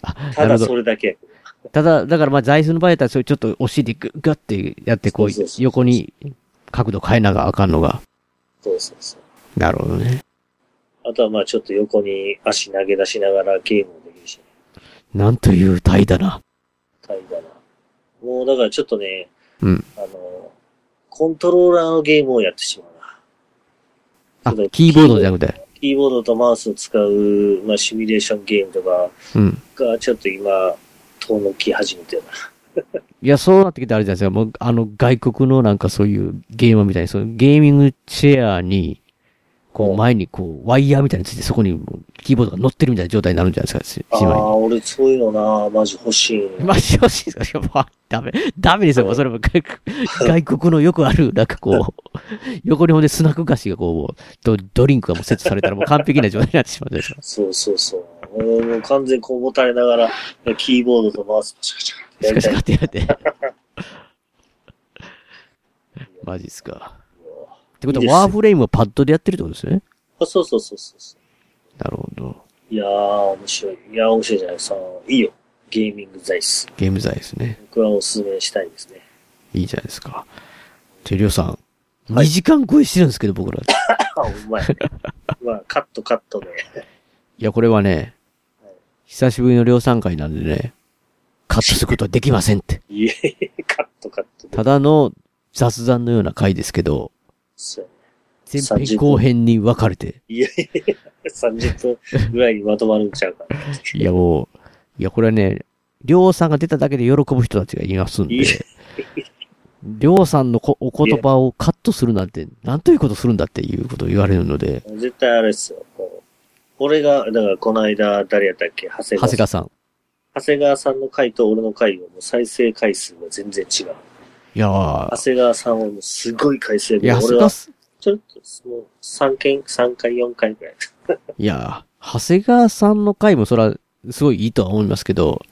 [SPEAKER 3] た
[SPEAKER 2] なる
[SPEAKER 3] だ
[SPEAKER 2] ほど
[SPEAKER 3] それだけやけど。
[SPEAKER 2] ただ、だからまあ、座椅子の場合だったら、それちょっとお尻グッガッてやって、こう、横に角度変えながあかんのが。
[SPEAKER 3] そうそうそう。
[SPEAKER 2] なるほどね。
[SPEAKER 3] あとはまあちょっと横に足投げ出しながらゲームもできるし、
[SPEAKER 2] なんという体だな。
[SPEAKER 3] 大変だな。もうだからちょっとね、
[SPEAKER 2] うん。
[SPEAKER 3] あの、コントローラーのゲームをやってしまうな。
[SPEAKER 2] あ、キーボードじゃなくて。
[SPEAKER 3] キーボードとマウスを使う、まあシミュレーションゲームとか
[SPEAKER 2] うん。
[SPEAKER 3] がちょっと今、遠のき始めてるな。
[SPEAKER 2] いや、そうなってきたらあれじゃないですか。もう、あの、外国のなんかそういうゲームみたいに、そのゲーミングチェアに、こう、前にこう、ワイヤーみたいについて、そこにもうキーボードが乗ってるみたいな状態になるんじゃないですか、
[SPEAKER 3] あ
[SPEAKER 2] しまいに。
[SPEAKER 3] あ、俺そういうのな、マジ欲しい。
[SPEAKER 2] マジ欲しいですかいやもうダメ、 ダメですよ、もうそれも外国、外国のよくある、なんかこう、横にほんでスナック菓子がこう、ドドリンクがもうセットされたらもう完璧な状態になってしまうんですよ。
[SPEAKER 3] そうそうそう。俺もう完全にこう持たれながら、キーボードとマウスパシャパシャやりたい。
[SPEAKER 2] や ってやって。マジっすか。ってこと
[SPEAKER 3] いいです
[SPEAKER 2] は、ワーフレームをパッドでやってるってことですね。
[SPEAKER 3] あそうそうそうそうそ
[SPEAKER 2] なるほど。
[SPEAKER 3] う。いやー、面白い。いやー、面白いじゃない。その、いいよ。ゲーミング材質。
[SPEAKER 2] ゲーム材ですね。
[SPEAKER 3] 僕はおすすめしたいですね。
[SPEAKER 2] いいじゃないですか。てりょうさん、2時間超えしてるんですけど、僕ら。
[SPEAKER 3] あ、ほんまや。 まあ、カットカットで。
[SPEAKER 2] いや、これはね、久しぶりの量産会なんでね、カットすることはできませんって。
[SPEAKER 3] いえ、カットカット。
[SPEAKER 2] ただの雑談のような回ですけど、
[SPEAKER 3] そうやね
[SPEAKER 2] 前編後編に分かれて、
[SPEAKER 3] いやいや、30分ぐらいにまとまるんちゃうかな。
[SPEAKER 2] いやもう、いやこれはね、りょうさんが出ただけで喜ぶ人たちがいますんで、りょうさんのこお言葉をカットするなんて、なんということするんだっていうことを言われるので、
[SPEAKER 3] 絶対あれっすよ。こう俺が、だからこの間、誰やったっけ長
[SPEAKER 2] 長
[SPEAKER 3] 谷川
[SPEAKER 2] 谷川さん。
[SPEAKER 3] 長谷川さんの回と俺の回はもう再生回数が全然違う。
[SPEAKER 2] いやー
[SPEAKER 3] 長谷川さんはもうすごい回数や
[SPEAKER 2] い
[SPEAKER 3] け
[SPEAKER 2] や
[SPEAKER 3] ど、俺
[SPEAKER 2] 長
[SPEAKER 3] は
[SPEAKER 2] 谷川さ
[SPEAKER 3] ちょっともう3件、三回、4回ぐらい。
[SPEAKER 2] いやー、長谷川さんの回もそら、すごいいいとは思いますけど、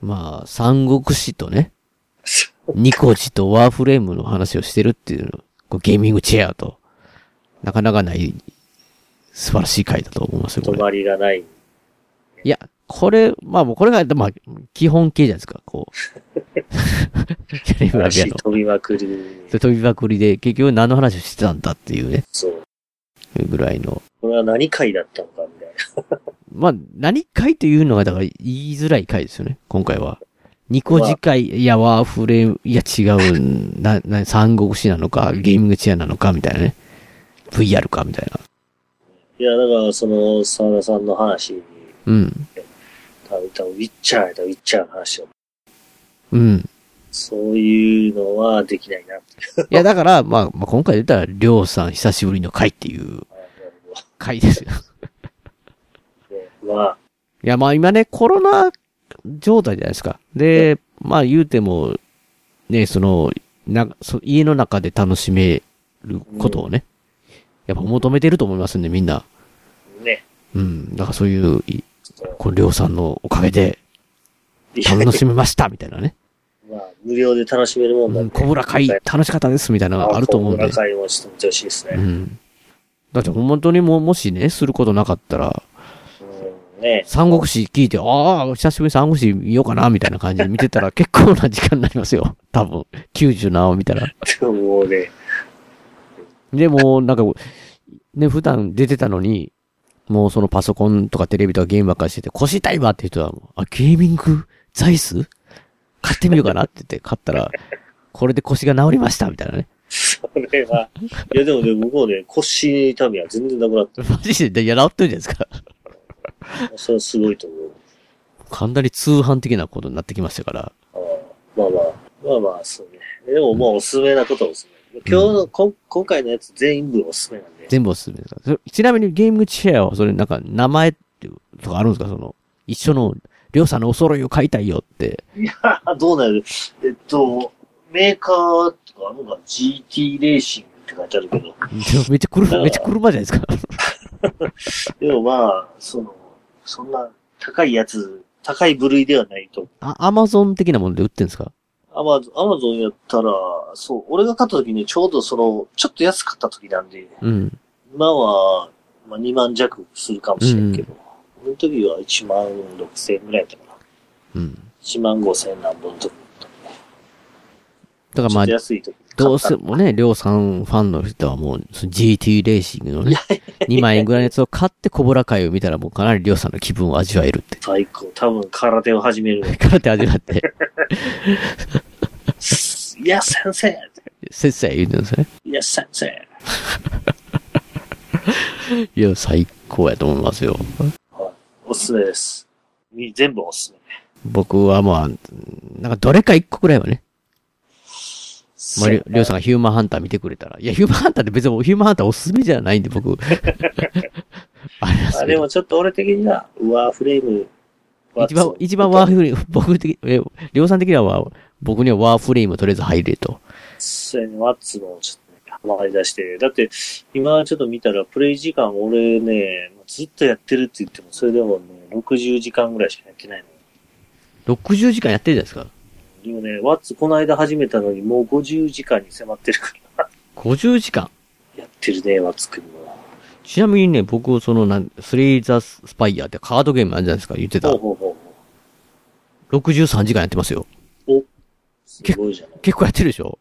[SPEAKER 2] まあ、三国志とね、ニコジとワーフレームの話をしてるっていうの、こうゲーミングチェアと、なかなかない、素晴らしい回だと思いますよ、こ
[SPEAKER 3] 止
[SPEAKER 2] れ。
[SPEAKER 3] まりがない。
[SPEAKER 2] いや、これ、まあもうこれが、まあ、基本形じゃないですか、こう。キャリブラビア
[SPEAKER 3] 足
[SPEAKER 2] の。
[SPEAKER 3] 飛びまくる。
[SPEAKER 2] で飛びまくりで、結局何の話をしてたんだっていうね、
[SPEAKER 3] そう。
[SPEAKER 2] ぐらいの。
[SPEAKER 3] これは何回だったのかみたいな。
[SPEAKER 2] まあ、何回というのが、だから言いづらい回ですよね、今回は。ニコ次回、いや、ワーフレーム、いや、違う、な、な、三国志なのか、ゲーミングチェアなのか、みたいなね。VR か、みたいな。
[SPEAKER 3] いや、だからその、沢田さんの話に、
[SPEAKER 2] うん。
[SPEAKER 3] 多分多分ウィッチャーやったらウィッチャーの話を。
[SPEAKER 2] うん。
[SPEAKER 3] そういうのはできないな。
[SPEAKER 2] いや、だから、まあ、まあ、今回出たら、りょうさん久しぶりの回っていう、回ですよ。
[SPEAKER 3] まあ、
[SPEAKER 2] いや、まあ今ね、コロナ状態じゃないですか。で、まあ言うても、ね、その、な、そ家の中で楽しめることをね、やっぱ求めてると思いますんで、みんな。
[SPEAKER 3] ね。
[SPEAKER 2] うん。だからそういう、いこう、りょうさんのおかげで、楽しめました、みたいなね。
[SPEAKER 3] まあ、無料で楽しめるもんだね。
[SPEAKER 2] 小村会、楽しかったです、みたいなのがあると思うんで
[SPEAKER 3] 小。村会もちょっと見てほしいです
[SPEAKER 2] う
[SPEAKER 3] ね。
[SPEAKER 2] ん。だって本当にもう、もしね、することなかったら、
[SPEAKER 3] ね
[SPEAKER 2] 三国志聞いて、ああ、久しぶりに三国志見ようかな、みたいな感じで見てたら結構な時間になりますよ。多分。90何を見たら。
[SPEAKER 3] もうね、
[SPEAKER 2] で、もうなんか、ね、普段出てたのに、もうそのパソコンとかテレビとかゲームばっかりしてて、腰痛いわって人はもう、あ、ゲーミングザイス買ってみようかなって言って買ったら、これで腰が治りました、みたいなね。
[SPEAKER 3] それは。いや、でもね、僕もね、腰に痛みは全然なくなった。
[SPEAKER 2] マジで、いや、治ってるじゃないですか。
[SPEAKER 3] それはすごいと思う。
[SPEAKER 2] 簡単に通販的なことになってきましたから。
[SPEAKER 3] まあまあ、まあまあ、そうね。でももうおすすめなことはおすすめ。今日の、こん今回のやつ全部おすすめ なんで。
[SPEAKER 2] 全部おすすめですからそれちなみにゲームチェアは、それなんか名前っていうとかあるんですかその、一緒の、りょうさんのお揃いを買いたいよって。
[SPEAKER 3] いや、どうなるえっと、メーカーとかあるのかな ?GT レーシングって書いてあるけど。
[SPEAKER 2] めっちゃ車、めっちゃ車じゃないですか。
[SPEAKER 3] でもまあ、その、そんな高いやつ、高い部類ではないと。
[SPEAKER 2] あ、アマゾン的なもので売ってんですか
[SPEAKER 3] アマゾン、アマゾンやったら、そう、俺が買った時にちょうどその、ちょっと安かった時なんで、
[SPEAKER 2] うん。
[SPEAKER 3] 今は、まあ、2万弱するかも
[SPEAKER 2] う
[SPEAKER 3] しれん。
[SPEAKER 2] ん。
[SPEAKER 3] その時は1万6千円ぐらいやったかな。
[SPEAKER 2] うん。
[SPEAKER 3] 1万5千何本の時。
[SPEAKER 2] だからまあ
[SPEAKER 3] ちょっと安い時、
[SPEAKER 2] どうしてもね、りょうさんファンの人はもう、その GT レーシングのね、2万円ぐらいのやつを買って小倉会を見たらもうかなりりょうさんの気分を味わえるって。
[SPEAKER 3] 最高。多分空手を始める。
[SPEAKER 2] 空手味わ って、
[SPEAKER 3] いや、先生
[SPEAKER 2] せっせ言うてるんですよね。
[SPEAKER 3] いや、先生
[SPEAKER 2] いや、最高やと思いますよ。
[SPEAKER 3] おすすめです。み全部おすすめ。
[SPEAKER 2] 僕はまあ、なんかどれか一個くらいはね。まあ、りょりょうさんがヒューマンハンター見てくれたら。いや、ヒューマンハンターって別にヒューマンハンターおすすめじゃないんで、 僕。
[SPEAKER 3] あでもちょっと俺的には、ワーフレームは、
[SPEAKER 2] 一番、一番ワーフレーム、僕的、えりょうさん的には、僕にはワーフレームとりあえず入れと。
[SPEAKER 3] そうやね、ワッツもちょっとね、ハマり出して。だって、今ちょっと見たら、プレイ時間俺ね、ずっとやってるって言っても、それでもね、60時間ぐらいしかやってないの。
[SPEAKER 2] 60時間やってるじゃないです
[SPEAKER 3] でもね、ワッツこの間始めたのに、もう50時間に迫ってるから。
[SPEAKER 2] か。50時間。
[SPEAKER 3] やってるね、ワッツくんは。
[SPEAKER 2] ちなみにね、僕、その、なん、スリーザスパイヤーってカードゲームあるじゃないですか、言ってた。
[SPEAKER 3] ほうほうほ
[SPEAKER 2] 63時間やってますよ。
[SPEAKER 3] う。お、すごいじゃない。
[SPEAKER 2] 結構やってるでしょ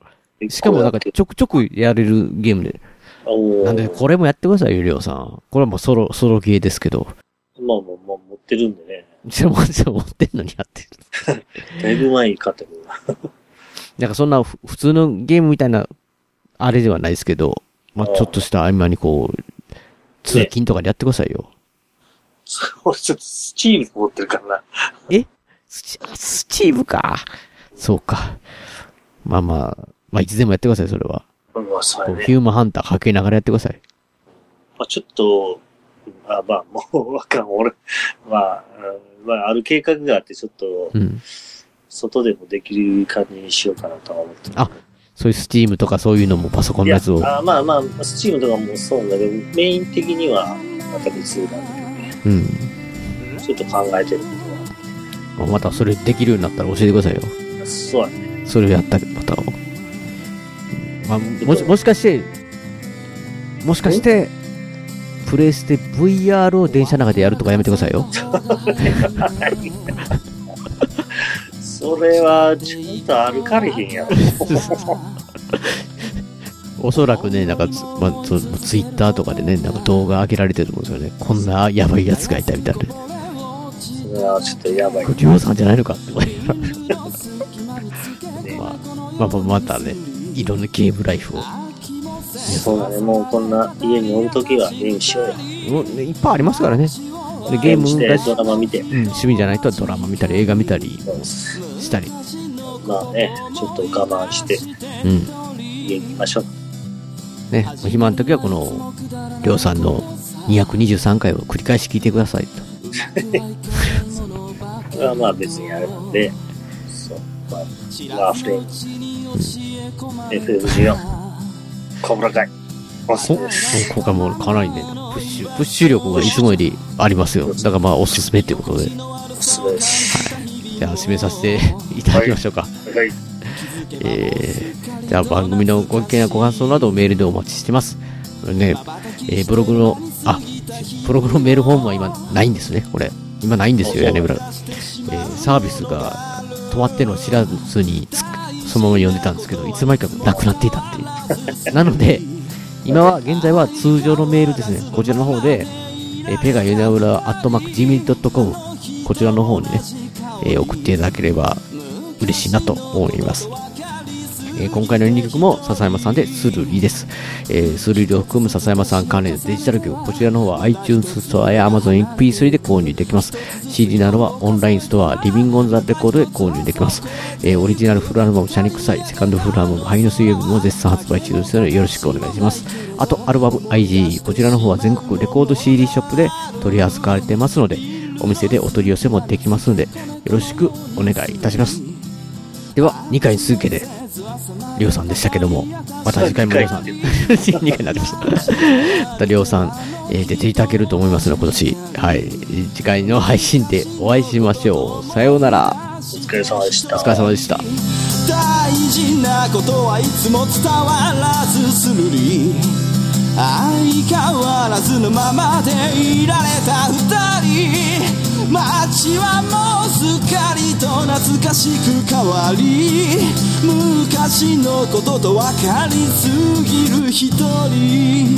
[SPEAKER 2] しかもなんかちょくちょくやれるゲームで。
[SPEAKER 3] おー
[SPEAKER 2] なんで、これもやってくださいよ、りょうさん。これはもうソロ、ソロゲーですけど。
[SPEAKER 3] まあまあまあ、持ってるんでね。
[SPEAKER 2] じゃあもう、じゃあ持ってんのにやってる。
[SPEAKER 3] だいぶ前に買ったけど。
[SPEAKER 2] なんかそんなふ普通のゲームみたいな、あれではないですけど、まあちょっとした合間にこう、通勤とかでやってくださいよ。
[SPEAKER 3] 俺ちょっとスチーム持ってるからな。
[SPEAKER 2] えスチ、スチームか。そうか。まあまあ、まあいつでもやってください、それは。
[SPEAKER 3] まあ、そう
[SPEAKER 2] こ
[SPEAKER 3] や
[SPEAKER 2] う
[SPEAKER 3] ね。
[SPEAKER 2] ヒューマンハンターかけながらやってください。
[SPEAKER 3] まあ、ちょっと、あまあ、もう、わかん、俺、まあ、うんまあ、ある計画があって、ちょっと、
[SPEAKER 2] うん。
[SPEAKER 3] 外でもできる感じにしようかなとは思ってる。
[SPEAKER 2] あ、そういうスチームとかそういうのもパソコンの
[SPEAKER 3] いや
[SPEAKER 2] やつを。
[SPEAKER 3] あまあまあ、スチームとかもそうなんだけど、メイン的には、また別なん
[SPEAKER 2] うん。
[SPEAKER 3] で、ちょっと考えてるこ
[SPEAKER 2] まあまたそれできるようになったら教えてくださいよ。
[SPEAKER 3] とは。そうやね。
[SPEAKER 2] それをやったまたを。まあ、もし、もしかして、もしかして、プレイステ VR を電車の中でやるとかやめてください よ。
[SPEAKER 3] それは、ちょっと歩かれへんやろ。
[SPEAKER 2] おそらくね、なんかつ、まあ、そうツイッターとかでね、なんか動画上げられてると思うんですよね。こんなやばいやつがいたみたいな。こ
[SPEAKER 3] それは、ちょっとやばい。
[SPEAKER 2] れ、りょうさんじゃないのかって思いながら まあ、まあ、まあまたね、いろんなゲームライフを。
[SPEAKER 3] そうだね、もうこんな家におるときはゲームしようよ。
[SPEAKER 2] もうねいっぱいありますからね。でゲーム
[SPEAKER 3] して
[SPEAKER 2] だし
[SPEAKER 3] ドラマ見て。
[SPEAKER 2] うん、趣味じゃない人はドラマ見たり映画見たりしたり。
[SPEAKER 3] まあね、ちょっと我慢して、
[SPEAKER 2] うん。
[SPEAKER 3] 家に行きましょう。
[SPEAKER 2] ね、お暇の時はこの、りょうさんの223回を繰り返し聞いてくださいと。
[SPEAKER 3] それはまあ別にあれなんで、そう、まあ、ワーフレーム、FF14、細かい。おすすめです。
[SPEAKER 2] 今回もかなりね、プッシュ、プッシュ力がいつもよりありますよ。だからまあ、おすすめってことで。
[SPEAKER 3] おすすめです。
[SPEAKER 2] じゃあ、締めさせていただきましょうか。
[SPEAKER 3] はい。
[SPEAKER 2] えー、じゃあ番組のご意見やご感想などをメールでお待ちしてます。ね、えーブログの、あ、ブログのメールフォームは今ないんですね、これ。今ないんですよ、屋根裏。えーサービスが止まってるのを知らずにつそのまま読んでたんですけど、いつの間にかなくなっていたって いう。なので、今は、現在は通常のメールですね、こちらの方で、えーペガユナウラアットマーク Gmail.com、こちらの方にね、えー送っていただければ嬉しいなと思います。えー今回の2曲も笹山さんでスルリです。えースルリを含む笹山さん関連デジタル曲、こちらの方は iTunes ストアや AmazonMP3 で購入できます。CD などはオンラインストア、リビングオンザレコードで購入できます。えーオリジナルフルアルバム、シャニクサイ、セカンドフルアルバム、ハイの水曜日も絶賛発売中ですのでよろしくお願いします。あと、アルバム IG、こちらの方は全国レコード CD ショップで取り扱われてますので、お店でお取り寄せもできますので、よろしくお願いいたします。では、2回続けて、りょうさんでしたけども、また次回もりょうさん、2 回になりました。またりょうさん、えー出ていただけると思いますので、今年。はい。次回の配信でお会いしましょう。さようなら。
[SPEAKER 3] お疲れ様でした。
[SPEAKER 2] お疲れ様でした。
[SPEAKER 1] 大事なことはいつも伝わらずするり相変わらずのままでいられた二人街はもうすっかりと懐かしく変わり昔のことと分かりすぎる一人